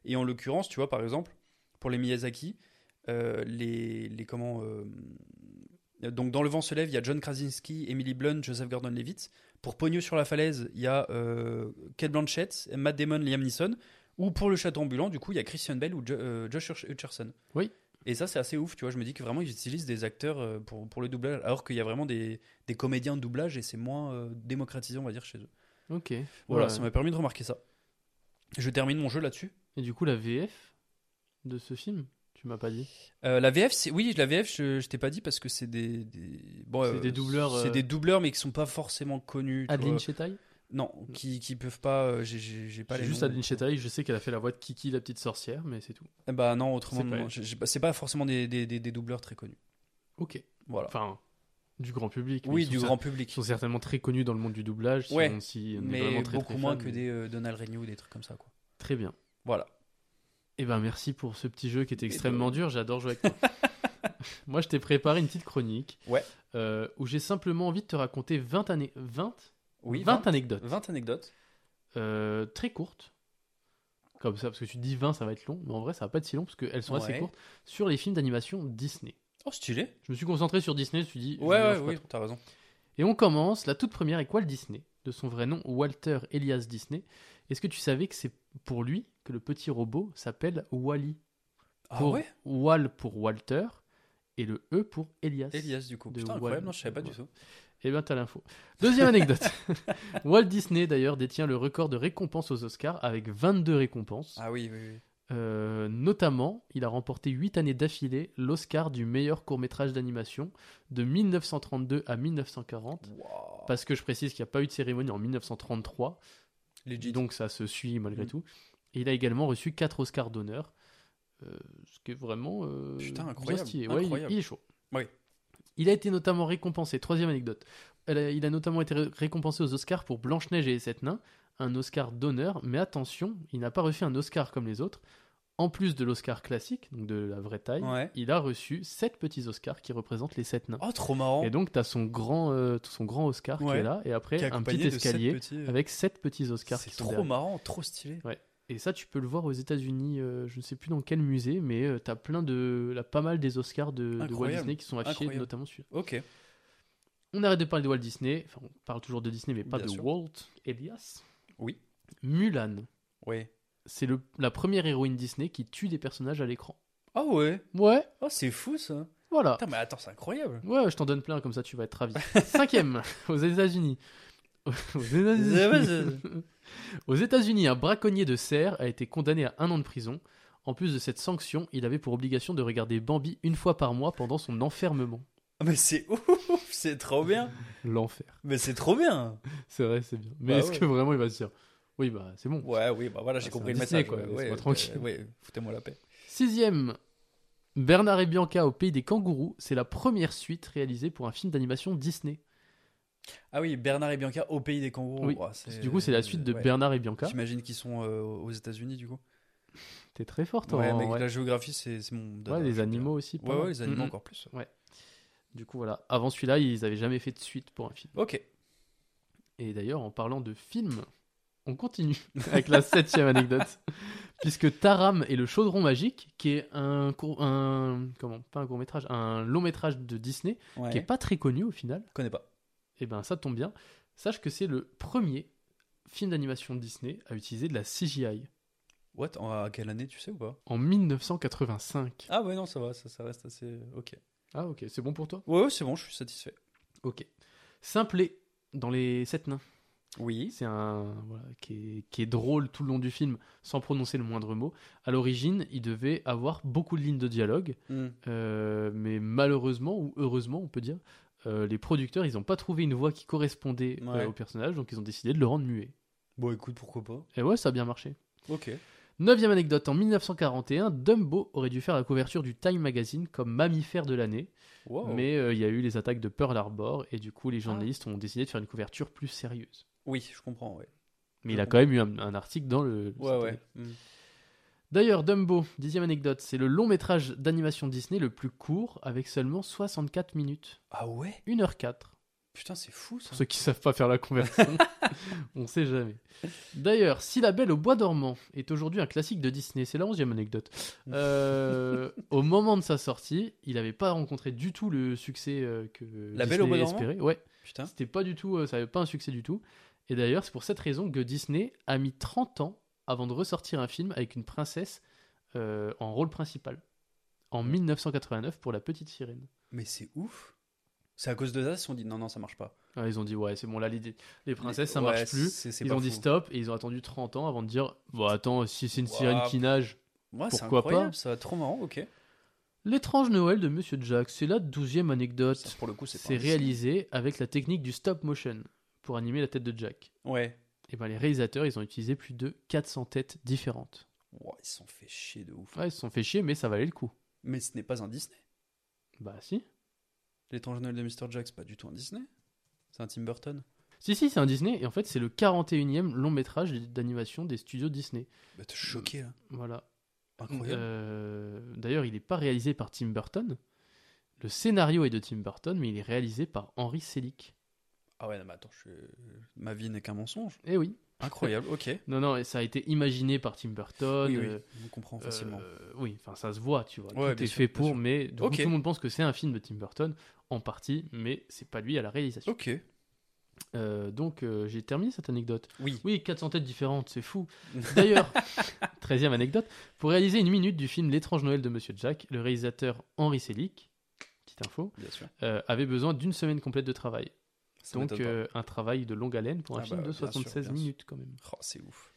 F: Et en l'occurrence, tu vois, par exemple, pour les Miyazaki, euh, les, les comment. euh, donc, dans Le Vent se lève, il y a John Krasinski, Emily Blunt, Joseph Gordon-Levitt. Pour Pogno sur la falaise, il y a euh, Kate Blanchett, Matt Damon, Liam Neeson. Ou pour Le Château ambulant, du coup, il y a Christian Bell ou Jo- euh, Josh Hutcherson.
E: Oui.
F: Et ça, c'est assez ouf, tu vois. Je me dis que vraiment, ils utilisent des acteurs euh, pour, pour le doublage, alors qu'il y a vraiment des, des comédiens de doublage et c'est moins euh, démocratisé, on va dire, chez eux.
E: Ok.
F: Voilà,
E: Ouais.
F: ça m'a permis de remarquer ça. Je termine mon jeu là-dessus.
E: Et du coup, la VF de ce film, tu m'as pas dit
F: Euh, la VF, c'est- oui, la VF, je, je t'ai pas dit parce que c'est des, des- bon,
E: C'est des doubleurs,
F: c'est
E: euh,
F: des doubleurs, mais qui sont pas forcément connus. tu
E: Adeline
F: vois.
E: Chetaille
F: Non, qui, qui peuvent pas. euh, j'ai- J'ai j'ai pas
E: J'ai
F: les
E: juste
F: noms.
E: Adeline Chetaille, je sais qu'elle a fait la voix de Kiki, la petite sorcière, mais c'est tout.
F: Eh Bah non, autrement,
E: C'est pas
F: non,
E: elle.
F: j'ai- j'ai pas- c'est pas forcément des, des, des- des doubleurs très connus.
E: Ok.
F: Voilà.
E: Enfin, du grand public. mais
F: Oui,
E: ils sont
F: du
E: cer-
F: grand public.
E: Ils sont certainement très connus dans le monde du doublage. si
F: Ouais,
E: on- si on est
F: mais
E: vraiment très,
F: beaucoup
E: très
F: moins
E: fan,
F: que
E: mais-
F: des euh, Donald Renew ou des trucs comme ça, quoi.
E: Très bien.
F: Voilà. Eh ben.
E: Eh ben merci pour ce petit jeu qui était
F: de-
E: extrêmement dur, j'adore jouer avec toi. Moi je t'ai préparé une petite chronique
F: Ouais.
E: euh, où j'ai simplement envie de te raconter 20 années 20
F: Oui,
E: 20,
F: 20
E: anecdotes
F: 20 anecdotes.
E: euh, très courtes. Comme ça parce que tu te dis 20 ça va être long, mais en vrai ça va pas être si long parce qu'elles sont assez
F: Ouais.
E: courtes sur les films d'animation Disney.
F: Oh, stylé.
E: Je me suis concentré sur Disney, je me suis dit je
F: Ouais, ouais,
E: mélange pas
F: oui,
E: trop.
F: t'as raison.
E: Et on commence, la toute première est Walt Disney, de son vrai nom Walter Elias Disney. Est-ce que tu savais que c'est pour lui que le petit robot s'appelle Wally
F: Ah
E: pour
F: ouais
E: Wal pour Walter et le E pour Elias.
F: Elias, du coup.
E: de
F: Putain,
E: Wal-
F: incroyable, non, je savais pas du
E: Ouais.
F: tout.
E: Eh bien, t'as l'info. Deuxième anecdote. Walt Disney, d'ailleurs, détient le record de récompenses aux Oscars avec 22 récompenses.
F: Ah oui, oui, oui.
E: Euh, notamment, il a remporté 8 années d'affilée l'Oscar du meilleur court-métrage d'animation de 1932 à 1940.
F: Wow.
E: Parce que je précise qu'il n'y a pas eu de cérémonie en 1933.
F: Legit.
E: Donc ça se suit malgré
F: Mm.
E: tout. Et il a également reçu 4 Oscars d'honneur. euh, ce qui est vraiment. euh,
F: Putain,
E: bien
F: incroyable,
E: stylé. Ouais, il-
F: incroyable.
E: Il, est chaud.
F: Oui.
E: Il a été notamment récompensé. Troisième anecdote. Elle a- il a notamment été ré- récompensé aux Oscars pour Blanche-Neige et les Sept Nains. Un Oscar d'honneur. Mais attention, il n'a pas reçu un Oscar comme les autres. En plus de l'Oscar classique, donc de la vraie taille,
F: Ouais.
E: il a reçu 7 petits Oscars qui représentent les 7 nains.
F: Oh, trop marrant.
E: Et donc, tu as son grand, euh, son grand Oscar qui
F: Ouais.
E: est là, et après,
F: Qui est
E: un
F: accompagné
E: petit
F: de sept
E: escalier
F: petits, euh,
E: avec sept petits Oscars qui
F: C'est
E: sont
F: trop
E: derrière.
F: marrant, trop stylé.
E: Et ça, tu peux le voir aux États-Unis, euh, je ne sais plus dans quel musée, mais tu t'as plein de, là, pas mal des Oscars de, de Walt
F: Incroyable.
E: Disney qui sont affichés,
F: Incroyable.
E: notamment celui
F: Ok.
E: On arrête de parler de Walt Disney, enfin, on parle toujours de Disney, mais pas
F: Bien
E: de
F: sûr.
E: Walt Elias.
F: Oui.
E: Mulan,
F: Ouais.
E: c'est le- la première héroïne Disney qui tue des personnages à l'écran.
F: Ah ouais.
E: Ouais,
F: Oh, c'est fou ça.
E: voilà.
F: Putain, mais attends, c'est incroyable.
E: Ouais, je t'en donne plein, comme ça tu vas être ravi. Cinquième, aux États-Unis. Aux États-Unis, Aux États-Unis, un braconnier de cerf a été condamné à un an de prison. En plus de cette sanction, il avait pour obligation de regarder Bambi une fois par mois pendant son enfermement.
F: Ah, Mais c'est ouf, c'est trop bien.
E: L'enfer.
F: Mais c'est trop bien.
E: C'est vrai, c'est bien. Mais
F: Bah
E: est-ce
F: ouais.
E: que vraiment il va se dire Oui, bah c'est bon.
F: Ouais, oui, bah voilà, j'ai
E: Ah, c'est
F: compris
E: un
F: le
E: Disney,
F: message.
E: quoi,
F: ouais,
E: laisse-moi
F: ouais,
E: tranquille.
F: euh, ouais, foutez-moi la paix.
E: Sixième, Bernard et Bianca au pays des kangourous, c'est la première suite réalisée pour un film d'animation Disney.
F: Ah oui, Bernard et Bianca au pays des kangourous.
E: oui.
F: Ouah, c'est-
E: Du coup, c'est la suite de
F: ouais.
E: Bernard et Bianca.
F: J'imagine qu'ils sont euh, aux États-Unis du coup.
E: T'es très forte
F: Ouais,
E: en
F: mais
E: ouais.
F: la géographie, c'est c'est mon. dada,
E: Ouais, les
F: je sais
E: animaux aussi.
F: pas.
E: pas
F: Ouais,
E: mal.
F: ouais, les animaux
E: Mhm.
F: encore plus.
E: Du coup, voilà. Avant celui-là, ils n'avaient jamais fait de suite pour un film.
F: Ok.
E: Et d'ailleurs, en parlant de film, on continue avec la septième anecdote. Puisque Taram et le chaudron magique, qui est un, court- un comment pas un court métrage, un long métrage de Disney,
F: Ouais.
E: qui est pas très connu au final.
F: Je connais pas.
E: Et ben ça tombe bien. Sache que c'est le premier film d'animation de Disney à utiliser de la CGI
F: What En- À quelle année, tu sais ou pas
E: en 1985.
F: Ah ouais, non, ça va, ça, ça reste assez. euh, Ok.
E: Ah ok, c'est bon pour toi.
F: Ouais, ouais, c'est bon, je suis satisfait.
E: Ok. Simplet dans les sept nains.
F: Oui.
E: C'est un voilà, qui, est, qui est drôle tout le long du film sans prononcer le moindre mot. À l'origine, il devait avoir beaucoup de lignes de dialogue,
F: Hmm.
E: euh, mais malheureusement ou heureusement, on peut dire, euh, les producteurs ils n'ont pas trouvé une voix qui correspondait euh,
F: Ouais.
E: au personnage, donc ils ont décidé de le rendre muet.
F: Bon, écoute, pourquoi pas.
E: Et ouais, ça a bien marché.
F: Ok.
E: Neuvième anecdote, en 1941, Dumbo aurait dû faire la couverture du Time Magazine comme mammifère de l'année,
F: Wow. Ah.
E: mais euh, il y a eu les attaques de Pearl Harbor et du coup les journalistes ont décidé de faire une couverture plus sérieuse.
F: Oui, je comprends, ouais.
E: Mais
F: Je
E: il a
F: comprends.
E: quand même eu un, un article dans le. cette
F: Ouais,
E: année.
F: ouais. Mm.
E: D'ailleurs, Dumbo, dixième anecdote, c'est le long métrage d'animation Disney le plus court avec seulement 64 minutes.
F: Ah ouais
E: 1h04.
F: Putain, c'est fou ça.
E: Pour ceux qui savent pas faire la conversion, on sait jamais. D'ailleurs, Si la Belle au Bois dormant est aujourd'hui un classique de Disney, c'est la onzième anecdote. Euh, au moment de sa sortie, il n'avait pas rencontré du tout le succès euh, que
F: La Belle
E: Disney
F: au Bois dormant
E: espérait. Ouais,
F: Putain.
E: c'était pas du tout, euh, ça n'avait pas un succès du tout. Et d'ailleurs, c'est pour cette raison que Disney a mis 30 ans avant de ressortir un film avec une princesse euh, en rôle principal.
F: en 1989 pour La Petite Sirène.
E: Mais c'est ouf. C'est à cause de ça ils se sont dit non, non, ça marche pas.
F: Ah, ils ont dit ouais, c'est bon, là, les, les princesses, ça
E: Ouais,
F: marche plus.
E: c'est- c'est
F: ils
E: pas
F: ont dit
E: fou.
F: stop et ils ont attendu 30 ans avant de dire bon, attends, si c'est une
E: Ouah,
F: sirène qui nage,
E: Ouais, c'est
F: pourquoi pas
E: incroyable, ça. Trop marrant, ok.
F: L'étrange Noël de Monsieur Jack, c'est la douzième anecdote.
E: Ça, pour le coup, c'est pas un dessin.
F: réalisé avec la technique du stop motion pour animer la tête de Jack.
E: Ouais.
F: Et ben les réalisateurs, ils ont utilisé plus de 400 têtes différentes.
E: Ouah, ils se sont fait chier de ouf.
F: Ouais, ils se sont fait chier, mais ça valait le coup.
E: Mais ce n'est pas un Disney.
F: Bah si.
E: L'étrange Noël de Mr. Jack, c'est pas du tout un Disney. C'est un Tim Burton.
F: Si, si, c'est un Disney, et en fait, c'est le 41e long métrage d'animation des studios Disney.
E: Bah, t'es choqué, là.
F: Voilà.
E: Incroyable.
F: Euh, D'ailleurs, il n'est pas réalisé par Tim Burton. Le scénario est de Tim Burton, mais il est réalisé par Henry Selick.
E: Ah ouais, non, mais attends, je... ma vie n'est qu'un mensonge.
F: Eh oui.
E: Incroyable, ok.
F: Non, non, et ça a été imaginé par Tim Burton.
E: Oui, oui,
F: euh,
E: on comprend facilement.
F: euh, oui, enfin, ça se voit, tu vois.
E: Ouais,
F: tout
E: bien
F: est
E: sûr,
F: fait
E: bien
F: pour,
E: sûr.
F: mais donc,
E: Ok.
F: tout le monde pense que c'est un film de Tim Burton, en partie, mais c'est pas lui à la réalisation.
E: Ok.
F: Euh, donc, euh, j'ai terminé cette anecdote.
E: Oui.
F: Oui, 400 têtes différentes, c'est fou. D'ailleurs, 13e anecdote, pour réaliser une minute du film L'étrange Noël de Monsieur Jack, le réalisateur Henri Selick, petite info,
E: Bien sûr.
F: euh, avait besoin d'une semaine complète de travail.
E: Ça
F: Donc
E: m'étonne pas.
F: euh, un travail de longue haleine pour un
E: Ah
F: film
E: bah,
F: de
E: bien sûr,
F: 76
E: bien sûr.
F: minutes quand même.
E: Oh, c'est ouf.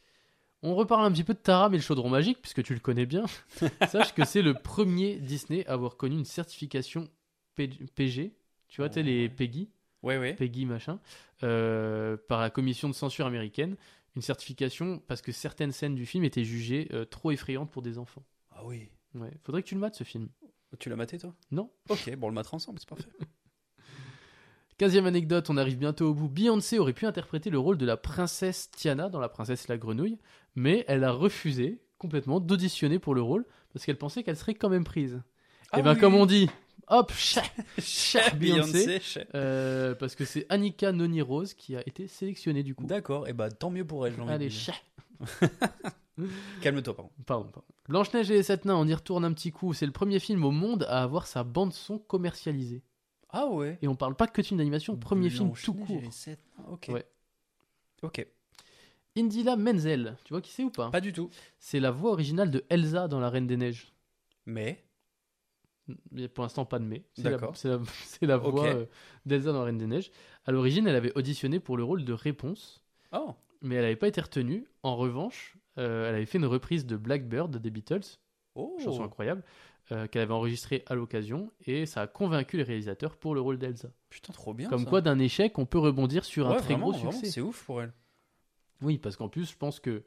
F: On reparle un petit peu de Taram et le chaudron magique, puisque tu le connais bien. Sache que c'est le premier Disney à avoir connu une certification P- PG, tu vois, tu sais, les PEGI,
E: Ouais, ouais.
F: PEGI machin, euh, par la commission de censure américaine. Une certification parce que certaines scènes du film étaient jugées euh, trop effrayantes pour des enfants.
E: Ah oui.
F: Ouais. Faudrait que tu le mates ce film.
E: Tu l'as maté, toi
F: Non.
E: Ok, bon, on le mettra ensemble, c'est parfait.
F: 15e anecdote, on arrive bientôt au bout. Beyoncé aurait pu interpréter le rôle de la princesse Tiana dans La princesse et la grenouille, mais elle a refusé complètement d'auditionner pour le rôle parce qu'elle pensait qu'elle serait quand même prise.
E: Ah
F: et ben
E: oui.
F: comme on dit, hop, cha, cha Beyoncé,
E: Beyoncé, chef.
F: euh, parce que c'est Annika Noni Rose qui a été sélectionnée du coup.
E: D'accord, et bah tant mieux pour elle, j'ai envie de
F: Allez,
E: dire.
F: cha.
E: Calme-toi, pardon.
F: Pardon, pardon. Blanche-Neige et les sept nains, on y retourne un petit coup. C'est le premier film au monde à avoir sa bande-son commercialisée.
E: Ah ouais
F: Et on parle pas que de film d'animation, premier film tout
E: Blanche-Neige et
F: court.
E: les sept nains, Ok.
F: Ouais.
E: Ok.
F: Indila Menzel, tu vois qui c'est ou pas
E: Pas du tout.
F: C'est la voix originale de Elsa dans La Reine des Neiges.
E: Mais.
F: Il y a pour l'instant pas de mais. C'est la-
E: D'accord.
F: C'est la, c'est la
E: Ok.
F: voix euh, d'Elsa dans La Reine des Neiges. À l'origine, elle avait auditionné pour le rôle de réponse,
E: Oh
F: mais elle n'avait pas été retenue. En revanche, euh, elle avait fait une reprise de Blackbird des Beatles,
E: Oh
F: chanson incroyable, euh, qu'elle avait enregistrée à l'occasion, et ça a convaincu les réalisateurs pour le rôle d'Elsa.
E: Putain, trop bien.
F: Comme
E: Oh, ça.
F: quoi, d'un échec, on peut rebondir sur un
E: Ouais,
F: très
E: vraiment,
F: gros
E: vraiment,
F: succès.
E: C'est ouf pour elle.
F: Oui, parce qu'en plus, je pense que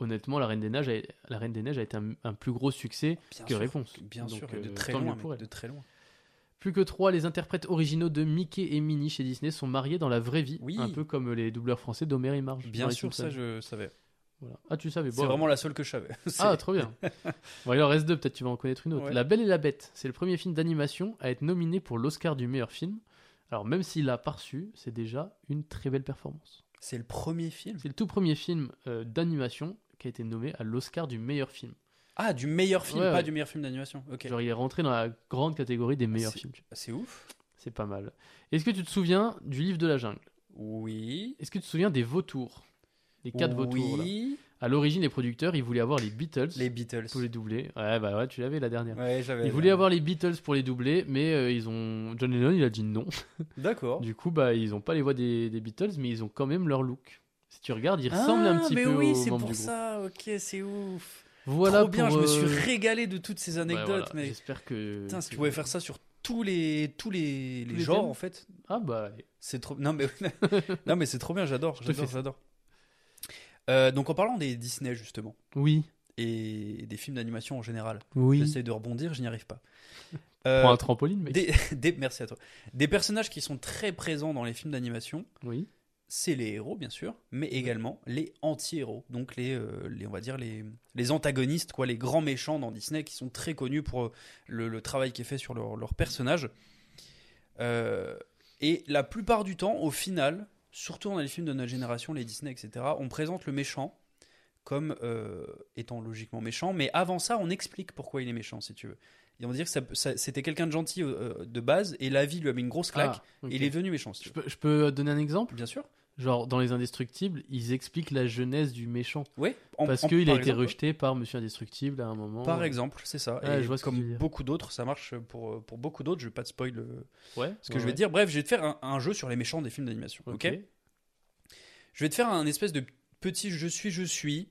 F: honnêtement, La Reine des Neiges, a, La Reine des Neiges a été un, un plus gros succès
E: Bien
F: que
E: sûr,
F: Réponse.
E: Bien
F: Donc,
E: sûr, et de
F: euh,
E: très
F: tant
E: loin.
F: mieux pour
E: mec,
F: elle.
E: De très loin.
F: Plus que trois, les interprètes originaux de Mickey et Minnie chez Disney sont mariés dans la vraie vie,
E: Oui.
F: un peu comme les doubleurs français d'Homer et Marge.
E: Bien
F: dans les
E: sûr, ça,
F: Simpsons.
E: je savais.
F: Voilà. Ah, tu savais.
E: C'est
F: bon,
E: vraiment la seule que je savais. C'est-
F: Ah, trop bien. bon, il en reste deux, peut-être tu vas en connaître une autre.
E: Ouais.
F: La Belle et la Bête, c'est le premier film d'animation à être nominé pour l'Oscar du meilleur film. Alors, même s'il l'a pas reçu, c'est déjà une très belle performance.
E: C'est le premier film.
F: C'est le tout premier film euh, d'animation qui a été nommé à l'Oscar du meilleur film.
E: Ah, du meilleur film,
F: Ouais,
E: pas
F: ouais.
E: du meilleur film d'animation. Ok.
F: Genre, il est rentré dans la grande catégorie des meilleurs
E: c'est-
F: films. tu vois.
E: C'est ouf.
F: C'est pas mal. Est-ce que tu te souviens du livre de la jungle
E: Oui.
F: Est-ce que tu te souviens des vautours Les quatre vautours. là.
E: Oui.
F: À l'origine, les producteurs, ils voulaient avoir les Beatles
E: Les Beatles.
F: pour les doubler. Ouais, bah ouais, tu l'avais la dernière.
E: Ouais, j'avais.
F: Ils voulaient avoir les Beatles pour les doubler, mais euh, ils ont John Lennon, il a dit non.
E: D'accord.
F: Du coup, bah ils ont pas les voix des, des Beatles, mais ils ont quand même leur look. Si tu regardes, ils ressemblent un petit
E: Ah, mais
F: peu
E: oui,
F: aux
E: c'est
F: membres
E: pour
F: du groupe.
E: ça. Ok, c'est ouf.
F: Voilà
E: Trop bien,
F: pour,
E: je me suis
F: euh,
E: régalé de toutes ces
F: bah voilà,
E: anecdotes, mais
F: J'espère que.
E: putain, si
F: que-
E: tu pouvais faire ça sur tous les tous les, les
F: les
E: genres
F: thèmes.
E: en fait,
F: Ah bah allez.
E: c'est trop. Non mais non mais c'est trop bien, j'adore,
F: te
E: j'adore,
F: fais ça.
E: j'adore. Euh, donc en parlant des Disney justement
F: Oui,
E: et des films d'animation en général,
F: oui.
E: j'essaie de rebondir, je n'y arrive pas.
F: Prends
E: Euh,
F: un trampoline, mec.
E: des, des- merci à toi. Des personnages qui sont très présents dans les films d'animation,
F: Oui.
E: c'est les héros bien sûr, mais également les anti-héros, donc les, euh, les- on va dire les, les antagonistes, quoi, les grands méchants dans Disney qui sont très connus pour euh, le, le travail qui est fait sur leurs leur personnages. Euh, et la plupart du temps, au final, surtout dans les films de notre génération, les Disney, etc., on présente le méchant comme euh, étant logiquement méchant, mais avant ça, on explique pourquoi il est méchant, si tu veux. Et on va dire que ça- ça- c'était quelqu'un de gentil euh, de base, et la vie lui a mis une grosse claque,
F: Ah, ok.
E: et il est devenu méchant. si tu
F: Je
E: veux.
F: peux, je peux donner un exemple
E: Bien sûr.
F: Genre, dans Les Indestructibles, ils expliquent la jeunesse du méchant.
E: Oui. en-
F: Parce
E: en-
F: qu'il a
E: par
F: été
E: exemple.
F: rejeté par Monsieur Indestructible à un moment.
E: Par exemple, c'est ça.
F: Ouais,
E: et
F: je vois ce que tu veux
E: comme
F: dire.
E: beaucoup d'autres, ça marche pour, euh, pour beaucoup d'autres. Je vais pas te spoil euh,
F: Ouais,
E: ce
F: ouais,
E: que je vais
F: ouais.
E: te dire. Bref, je vais te faire un, un jeu sur les méchants des films d'animation. Ok.
F: Ok.
E: Je vais te faire un espèce de petit je suis, je suis,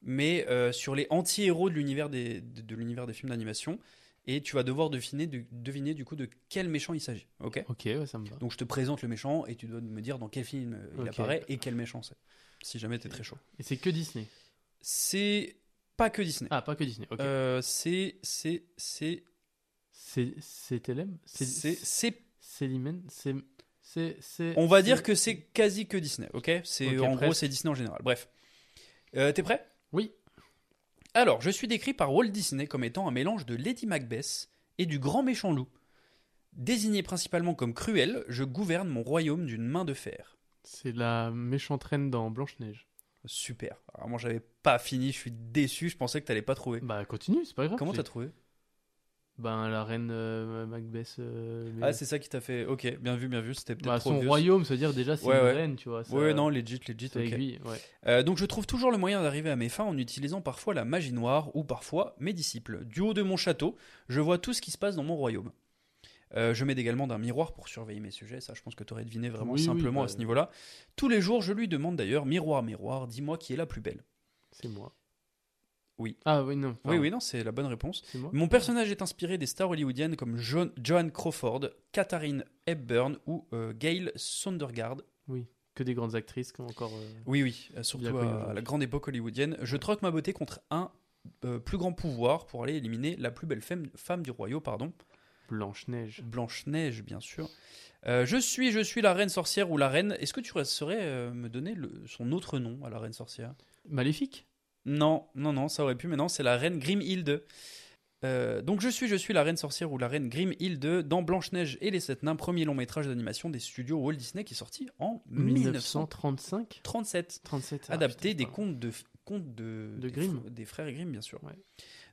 E: mais euh, sur les anti-héros de l'univers des, de, de l'univers des films d'animation. Et tu vas devoir deviner, de- deviner du coup de quel méchant il s'agit. Ok.
F: Ok, ouais, ça me va.
E: Donc je te présente le méchant et tu dois me dire dans quel film euh, il
F: Ok.
E: apparaît et quel méchant c'est. Si jamais t'es très chaud.
F: Et c'est que Disney.
E: C'est pas que Disney.
F: Ah, pas que Disney. Ok.
E: Euh, c'est c'est c'est
F: C'est c'est TLM C'est
E: c'est c'est
F: c'est Limen E C'est c'est c'est-
E: on va
F: c'est-
E: dire que c'est quasi que Disney, ok C'est
F: Ok,
E: en gros
F: presque.
E: c'est Disney en général. Bref, Euh, t'es prêt
F: Oui.
E: Alors, je suis décrit par Walt Disney comme étant un mélange de Lady Macbeth et du Grand Méchant Loup. Désigné principalement comme cruel, je gouverne mon royaume d'une main de fer.
F: c'est la méchante reine dans Blanche Neige.
E: Super. Alors moi j'avais pas fini, je suis déçu, je pensais que t'allais pas trouver.
F: Bah continue, c'est pas grave.
E: Comment
F: j'ai-
E: t'as trouvé
F: Ben la reine euh, Macbeth. euh, mais-
E: Ah c'est ça qui t'a fait. Ok, bien vu, bien vu, c'était peut-être
F: Bah,
E: trop
F: son
E: vieux.
F: royaume, se dire déjà c'est
E: Ouais,
F: une
E: ouais.
F: reine, tu vois. ça-
E: Ouais, non, legit, legit,
F: ça
E: ok.
F: aiguille, ouais.
E: Euh, donc je trouve toujours le moyen d'arriver à mes fins en utilisant parfois la magie noire ou parfois mes disciples. Du haut de mon château, je vois tout ce qui se passe dans mon royaume. Euh, je m'aide également d'un miroir pour surveiller mes sujets, ça je pense que tu aurais deviné vraiment
F: Oui, oui,
E: simplement
F: bah,
E: à ce niveau-là. Tous les jours, je lui demande d'ailleurs, miroir, miroir, dis-moi qui est la plus belle.
F: C'est moi.
E: Oui.
F: Ah oui, non.
E: Oui,
F: pardon.
E: oui, non, c'est la bonne réponse.
F: C'est moi.
E: Mon personnage est inspiré des stars hollywoodiennes comme John, Joan Crawford, Katharine Hepburn ou euh, Gail Sondergaard.
F: Oui. Que des grandes actrices, comme encore. euh,
E: Oui, oui, euh,
F: Il y
E: surtout
F: a quoi aujourd'hui
E: à, à la grande époque hollywoodienne. Je troque ma beauté contre un euh, plus grand pouvoir pour aller éliminer la plus belle femme, femme du royaume, pardon.
F: Blanche-Neige.
E: Blanche-Neige, bien sûr. Euh, je suis, je suis la reine sorcière ou la reine. Est-ce que tu saurais euh, me donner le- son autre nom à la reine sorcière
F: Maléfique
E: Non, non, non, ça aurait pu, mais non, c'est la reine Grimhilde. Euh, donc je suis, je suis la reine sorcière ou la reine Grimhilde dans Blanche-Neige et les sept nains, premier long métrage d'animation des studios Walt Disney qui est sorti en 1937.
F: 1935 37. ah,
E: adapté
F: putain,
E: des
F: pardon.
E: contes de contes de,
F: De
E: des
F: Grimm.
E: fr- des frères Grimm bien sûr.
F: Ouais.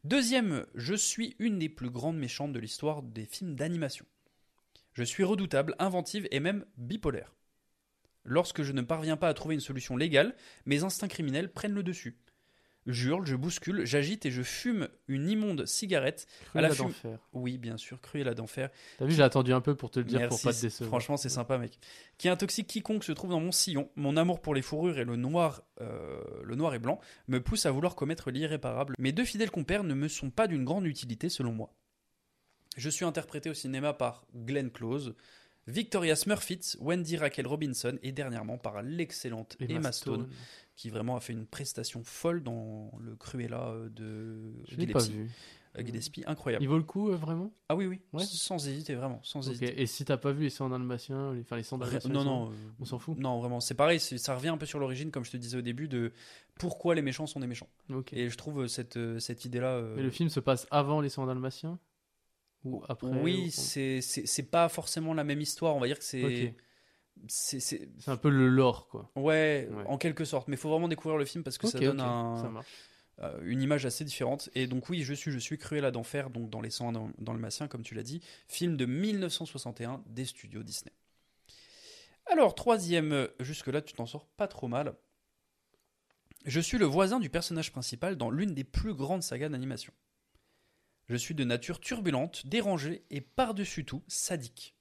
E: Deuxième, je suis une des plus grandes méchantes de l'histoire des films d'animation. Je suis redoutable, inventive et même bipolaire. Lorsque je ne parviens pas à trouver une solution légale, mes instincts criminels prennent le dessus. J'hurle, je bouscule, j'agite et je fume une immonde cigarette.
F: Cruella
E: la fume-
F: d'enfer.
E: Oui, bien sûr, cruelle à d'enfer.
F: T'as vu, j'ai attendu un peu pour te le dire
E: Merci,
F: pour pas te
E: c'est-
F: décevoir.
E: Franchement, c'est sympa, mec. Qui intoxique quiconque se trouve dans mon sillon. Mon amour pour les fourrures et le noir, euh, le noir et blanc me pousse à vouloir commettre l'irréparable. Mes deux fidèles compères ne me sont pas d'une grande utilité selon moi. Je suis interprété au cinéma par Glenn Close, Victoria Smurfit, Wendy Raquel Robinson et dernièrement par l'excellente Emma, Stone, qui vraiment a fait une prestation folle dans le Cruella euh, de
F: Je l'ai pas
E: Gillespie.
F: vu.
E: Euh, Gillespie, incroyable.
F: Il vaut le coup, euh, vraiment
E: Ah oui, oui,
F: Ouais.
E: sans hésiter, vraiment, sans
F: Ok.
E: hésiter.
F: Et si t'as pas vu les 100 dalmatiens, les... enfin les 100
E: Ré-
F: dalmatiens.
E: Non,
F: ils sont-
E: non, euh,
F: On s'en fout.
E: Non, vraiment, c'est pareil, c'est- ça revient un peu sur l'origine, comme je te disais au début, de pourquoi les méchants sont des méchants.
F: Ok.
E: Et je trouve euh, cette, euh, cette idée-là. euh,
F: Mais le film se passe avant les 100 dalmatiens Ou après
E: oui,
F: ou-
E: c'est- c'est c'est pas forcément la même histoire, on va dire que c'est.
F: Ok.
E: c'est- c'est-
F: C'est un peu le lore, quoi.
E: Ouais,
F: Ouais.
E: en quelque sorte, mais il faut vraiment découvrir le film parce que ça
F: Ok,
E: donne
F: ok,
E: un-
F: ça marche.
E: euh, une image assez différente. Et donc, oui, je suis, je suis Cruella d'enfer, donc dans Les 100 dans, dans le Massien, comme tu l'as dit, film de 1961 des studios Disney. Alors, troisième, euh, jusque-là, tu t'en sors pas trop mal. Je suis le voisin du personnage principal dans l'une des plus grandes sagas d'animation. Je suis de nature turbulente, dérangée et par-dessus tout sadique.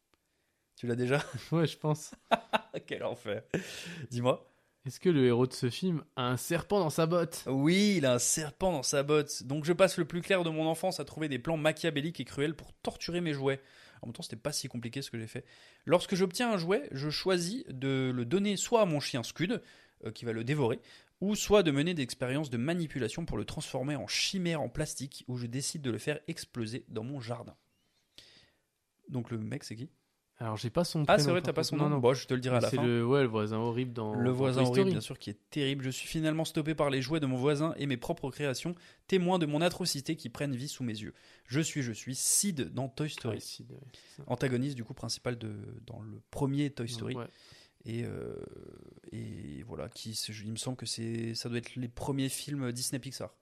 E: Tu l'as déjà
F: Ouais, je pense.
E: Quel enfer Dis-moi.
F: Est-ce que le héros de ce film a un serpent dans sa botte
E: Oui, il a un serpent dans sa botte. Donc je passe le plus clair de mon enfance à trouver des plans machiavéliques et cruels pour torturer mes jouets. En même temps, c'était pas si compliqué ce que j'ai fait. Lorsque j'obtiens un jouet, je choisis de le donner soit à mon chien Scud, euh, qui va le dévorer, ou soit de mener des expériences de manipulation pour le transformer en chimère en plastique, où je décide de le faire exploser dans mon jardin. Donc le mec, c'est qui
F: Alors, j'ai pas son
E: Ah,
F: prénom,
E: c'est vrai,
F: par
E: t'as pas
F: contre.
E: son
F: Non,
E: nom
F: non.
E: Bon, je te le dirai à la
F: C'est
E: fin.
F: le, ouais, le voisin horrible dans.
E: Le
F: dans
E: voisin
F: Toy Story.
E: horrible, bien sûr, qui est terrible. Je suis finalement stoppé par les jouets de mon voisin et mes propres créations, témoins de mon atrocité qui prennent vie sous mes yeux. Je suis, je suis Sid dans Toy
F: Ouais,
E: Story,
F: si, ouais, c'est ça.
E: antagoniste du coup principal de, dans le premier Toy Story.
F: Ouais.
E: Et, euh, et voilà, qui, c'est- il me semble que c'est, ça doit être les premiers films Disney Pixar.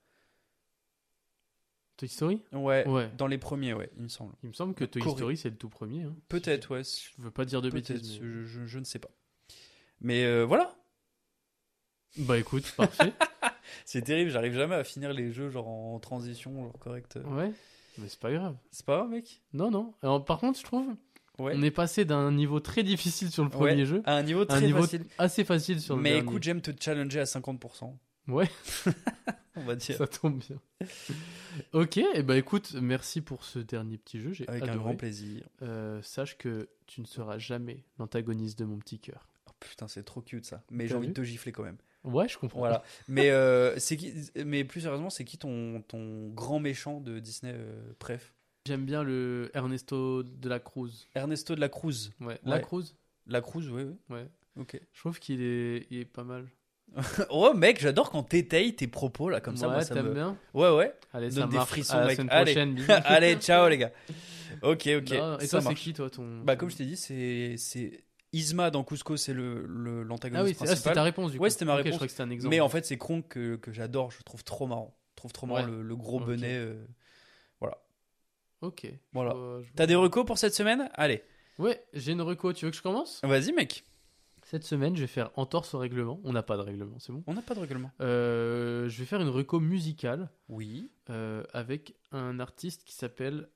F: Toy Story
E: Ouais,
F: Ouais.
E: dans les premiers, ouais, il me semble.
F: Il me semble que Toy
E: Corée.
F: Story, c'est le tout premier. hein.
E: Peut-être, ouais.
F: Je veux pas dire de
E: Peut-être,
F: bêtises. mais-
E: je, je- je ne sais pas.
F: Mais euh, voilà.
E: Bah écoute, parfait.
F: c'est terrible, j'arrive jamais à finir les jeux genre en transition, genre correct.
E: Ouais, mais c'est pas grave.
F: C'est pas grave, mec
E: Non, non. Alors, par contre, je trouve,
F: Ouais.
E: on est passé d'un niveau très difficile sur le premier
F: Ouais,
E: jeu
F: à un niveau
E: à un
F: très
E: niveau
F: facile.
E: assez facile sur le
F: Mais
E: dernier.
F: écoute, j'aime te challenger à 50%.
E: Ouais.
F: On va dire.
E: Ça tombe bien. ok, et bah écoute, merci pour ce dernier petit jeu. J'ai
F: Avec un
E: adoré.
F: grand plaisir.
E: Euh, sache que tu ne seras jamais l'antagoniste de mon petit cœur.
F: Oh, putain, c'est trop cute ça. Mais
E: T'as
F: j'ai envie
E: vu
F: de te gifler quand même.
E: Ouais, je comprends.
F: Voilà. mais, euh, c'est qui... mais plus sérieusement, c'est qui ton, ton grand méchant de Disney euh, Préf
E: J'aime bien le Ernesto de la Cruz.
F: Ernesto de la Cruz.
E: Ouais, la
F: Ouais.
E: Cruz.
F: La Cruz, oui, oui.
E: Ouais.
F: Ok.
E: Je trouve qu'il est, il est pas mal.
F: oh mec, j'adore quand t'étayes tes propos là, comme ça.
E: Ouais,
F: Moi, ça
E: t'aimes
F: me...
E: bien
F: Ouais, ouais.
E: Allez,
F: Donne
E: ça
F: des
E: marche.
F: frissons,
E: À la
F: mec.
E: semaine prochaine,
F: Allez.
E: bisous.
F: Allez, ciao les gars. Ok, ok.
E: Non, et
F: ça
E: toi, c'est
F: marche.
E: qui toi ton
F: Bah, comme je t'ai dit, c'est c'est Isma dans Cusco, c'est le le-
E: Ah
F: l'antagoniste
E: oui, c'est ah, c'était
F: principal.
E: ta réponse du coup.
F: Ouais, c'était ma
E: Ok,
F: réponse.
E: je crois que c'était un exemple.
F: Mais en fait, c'est Kronk que, que j'adore, je trouve trop marrant. Je trouve trop marrant
E: Ouais.
F: le, le gros
E: Ok.
F: bonnet. euh, voilà.
E: Ok. je
F: Voilà.
E: vois- je vois.
F: T'as des recos pour cette semaine Allez,
E: Ouais, j'ai une reco, tu veux que je commence
F: vas-y mec.
E: Cette semaine, je vais faire entorse au règlement. On n'a pas de règlement, c'est bon.
F: On n'a pas de règlement.
E: Euh, je vais faire une reco musicale
F: Oui.
E: euh, avec un artiste qui s'appelle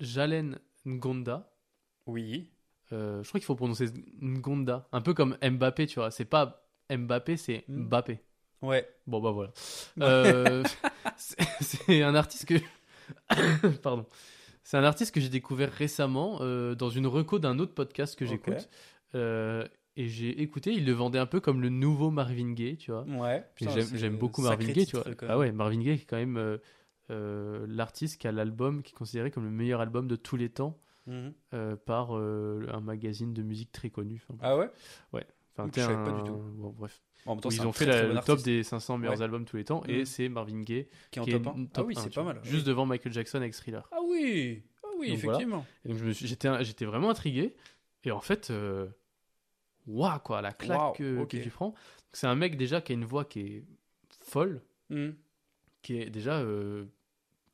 E: Jalen Ngonda.
F: Oui.
E: Euh, je crois qu'il faut prononcer Ngonda, un peu comme Mbappé, tu vois. C'est pas Mbappé, c'est
F: Mm.
E: Mbappé.
F: Ouais.
E: Bon bah voilà. Euh, c'est- c'est un artiste que pardon. C'est un artiste que j'ai découvert récemment euh, dans une reco d'un autre podcast que
F: Ok.
E: j'écoute. Euh, et j'ai écouté, il le vendait un peu comme le nouveau Marvin Gaye, tu vois.
F: Ouais.
E: Et
F: Putain,
E: j'aime-
F: c'est
E: J'aime beaucoup
F: sacré
E: Marvin Gaye, tu
F: titre,
E: vois.
F: quand même.
E: Ah ouais, Marvin Gaye est quand même euh, euh, l'artiste qui a l'album qui est considéré comme le meilleur album de tous les temps
F: Mhm.
E: euh, par euh, un magazine de musique très connu. Enfin,
F: Ah ouais
E: enfin,
F: Ok, je savais
E: t'es
F: pas du
E: un-
F: tout.
E: bon, bref.
F: En même temps,
E: Où
F: c'est
E: ils
F: un
E: ont fait
F: très,
E: la-
F: très bon
E: le top
F: artist
E: des 500 meilleurs
F: Ouais.
E: albums de tous les temps et
F: Mhm.
E: c'est Marvin Gaye
F: qui est en
E: qui est
F: top 1.
E: top
F: Ah oui,
E: 1,
F: c'est
E: tu
F: pas
E: vois.
F: mal.
E: Juste devant Michael Jackson avec Thriller.
F: Ah oui. Ah oui,
E: Donc voilà.
F: effectivement.
E: Et donc je me suis- j'étais, j'étais vraiment intrigué. Et en fait, euh, waouh quoi, la claque
F: Waouh,
E: que,
F: ok.
E: que tu prends. C'est un mec déjà qui a une voix qui est folle,
F: Mhm.
E: qui est déjà euh,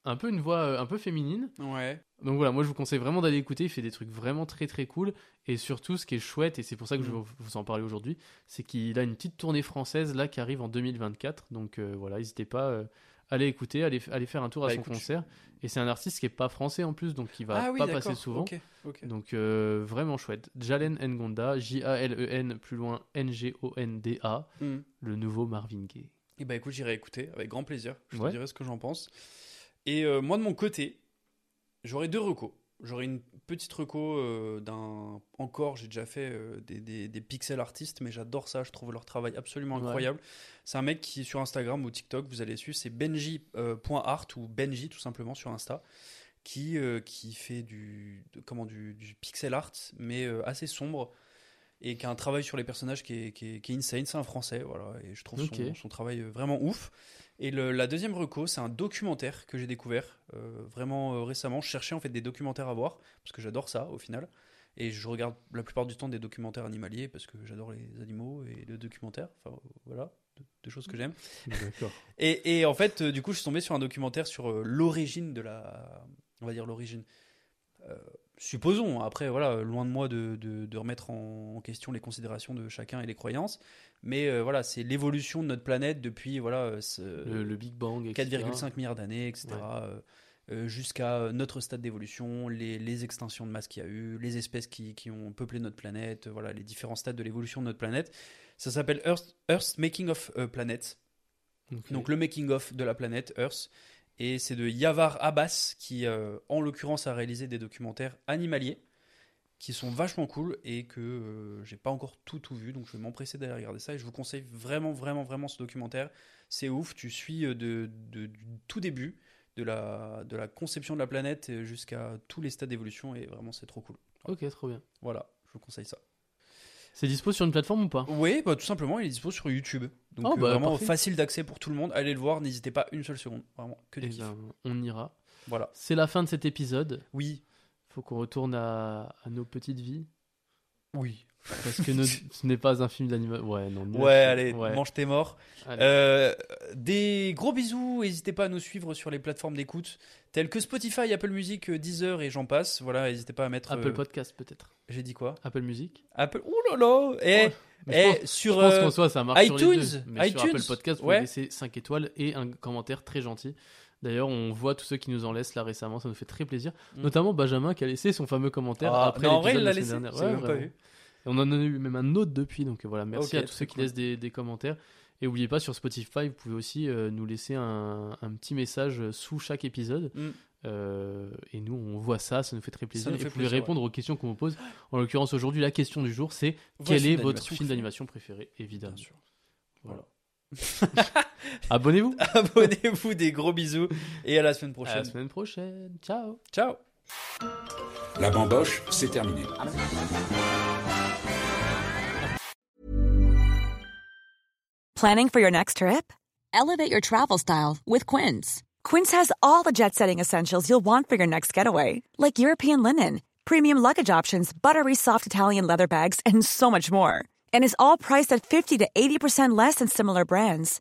E: un peu une voix euh, un peu féminine.
F: Ouais.
E: Donc voilà, moi je vous conseille vraiment d'aller écouter. Il fait des trucs vraiment très très cool. Et surtout, ce qui est chouette, et c'est pour ça que je vais
F: Mhm.
E: vous en parler aujourd'hui, c'est qu'il a une petite tournée française là qui arrive en 2024. Donc euh, voilà, n'hésitez pas. euh, à aller écouter, allez aller faire un tour à
F: Bah,
E: son
F: écoute.
E: concert. Et c'est un artiste qui est pas français en plus, donc il va
F: ah oui,
E: pas
F: d'accord.
E: passer souvent.
F: Ok, ok.
E: Donc euh, vraiment chouette. Jalen Ngonda, J-A-L-E-N E plus loin N-G-O-N-D-A,
F: Mhm.
E: le nouveau Marvin Gaye.
F: Et bah écoute, j'irai écouter avec grand plaisir. Je
E: Ouais.
F: te dirai ce que j'en pense. Et euh, moi de mon côté, j'aurais deux recos. J'aurais une petite reco euh, d'un encore, j'ai déjà fait euh, des, des- des pixel artistes, mais j'adore ça. Je trouve leur travail absolument
E: Ouais.
F: incroyable. C'est un mec qui sur Instagram ou TikTok, vous allez suivre, c'est Benji.art ou Benji tout simplement sur Insta, qui euh, qui fait du de- comment du, du pixel art, mais euh, assez sombre et qui a un travail sur les personnages qui est, qui est- qui est insane. C'est un français, voilà, et je trouve son-
E: Ok.
F: son, travail euh, vraiment ouf. Et le- la deuxième reco, c'est un documentaire que j'ai découvert euh, vraiment euh, récemment. Je cherchais en fait des documentaires à voir parce que j'adore ça au final. Et je regarde la plupart du temps des documentaires animaliers parce que j'adore les animaux et le documentaire. Enfin voilà, deux- deux choses que j'aime.
E: D'accord.
F: Et, et en fait, euh, du coup, je suis tombé sur un documentaire sur euh, l'origine de la. On va dire l'origine. Euh, supposons, après, voilà, euh, loin de moi de, de- de remettre en, en question les considérations de chacun et les croyances. Mais euh, voilà, c'est l'évolution de notre planète depuis, voilà, euh, ce-
E: Le, le Big Bang, etc.
F: 4,5 milliards d'années, etc.
E: Ouais.
F: euh, euh, jusqu'à euh, notre stade d'évolution, les, les extinctions de masse qu'il y a eu, les espèces qui, qui ont peuplé notre planète, euh, voilà, les différents stades de l'évolution de notre planète. Ça s'appelle Earth, Earth Making of euh, Planet.
E: Ok.
F: Donc le making of de la planète Earth. Et c'est de Yavar Abbas qui, euh, en l'occurrence, a réalisé des documentaires animaliers qui sont vachement cool et que euh, j'ai pas encore tout tout vu. Donc je vais m'empresser d'aller regarder ça et je vous conseille vraiment, vraiment, vraiment ce documentaire. C'est ouf, tu suis euh, de, de- du tout début de la, de la conception de la planète euh, jusqu'à tous les stades d'évolution et vraiment c'est trop cool.
E: Ok, trop bien.
F: Voilà, je vous conseille ça.
E: C'est dispo sur une plateforme ou pas
F: Oui, bah, tout simplement, il est dispo sur YouTube. Donc
E: Oh,
F: euh,
E: bah,
F: vraiment
E: parfait.
F: facile d'accès pour tout le monde. Allez le voir, n'hésitez pas une seule seconde. Vraiment, que du
E: Eh
F: kiff.
E: ben, on ira.
F: Voilà.
E: C'est la fin de cet épisode.
F: Oui,
E: Faut qu'on retourne à, à nos petites vies.
F: oui.
E: Parce que ne- ce n'est pas un film d'animation. Ouais, non.
F: Ouais, allez, mange tes morts.
E: Allez.
F: Euh, des gros bisous. N'hésitez pas à nous suivre sur les plateformes d'écoute telles que Spotify, Apple Music, euh, Deezer et j'en passe. Voilà, n'hésitez pas à mettre. euh,
E: Apple Podcast peut-être.
F: J'ai dit quoi
E: Apple Music.
F: Apple. Ouh là là Eh,
E: Mais
F: eh,
E: je pense,
F: sur
E: je pense
F: euh,
E: qu'en soi, ça marche
F: iTunes,
E: sur les deux. Mais
F: iTunes,
E: sur Apple Podcast, vous
F: ouais.
E: laissez 5 étoiles et un commentaire très gentil. D'ailleurs, on voit tous ceux qui nous en laissent là récemment, ça nous fait très plaisir.
F: Mm.
E: Notamment Benjamin qui a laissé son fameux commentaire
F: Ah,
E: après
F: non, en vrai,
E: l'épisode
F: il l'a
E: de la semaine
F: laissé,
E: dernière.
F: j'ai
E: Ouais,
F: même pas
E: vraiment.
F: vu.
E: Et on en a eu même un autre depuis, donc voilà, merci
F: Ok,
E: à tous
F: très
E: ceux qui
F: cool.
E: laissent des, des commentaires. Et n'oubliez pas, sur Spotify, vous pouvez aussi euh, nous laisser un, un petit message sous chaque épisode.
F: Mm.
E: Euh, et nous, on voit ça, ça nous fait très plaisir.
F: nous
E: et
F: fait
E: vous pouvez
F: plaisir,
E: répondre aux questions qu'on vous pose. En l'occurrence, aujourd'hui, la question du jour, c'est
F: Votre
E: quel
F: film
E: est votre
F: d'animation
E: film
F: préféré
E: d'animation préféré, évidemment.
F: Bien sûr.
E: Voilà.
F: Abonnez-vous. Abonnez-vous. Des gros bisous et à la semaine
E: À la
F: prochaine.
E: semaine prochaine. Ciao.
F: Ciao.
C: La bamboche, c'est terminé.
G: Planning for your next trip? Elevate your travel style with Quince. Quince has all the jet setting essentials you'll want for your next getaway, like European linen, premium luggage options, buttery soft Italian leather bags, and so much more. And is all priced at 50 to 80% less than similar brands.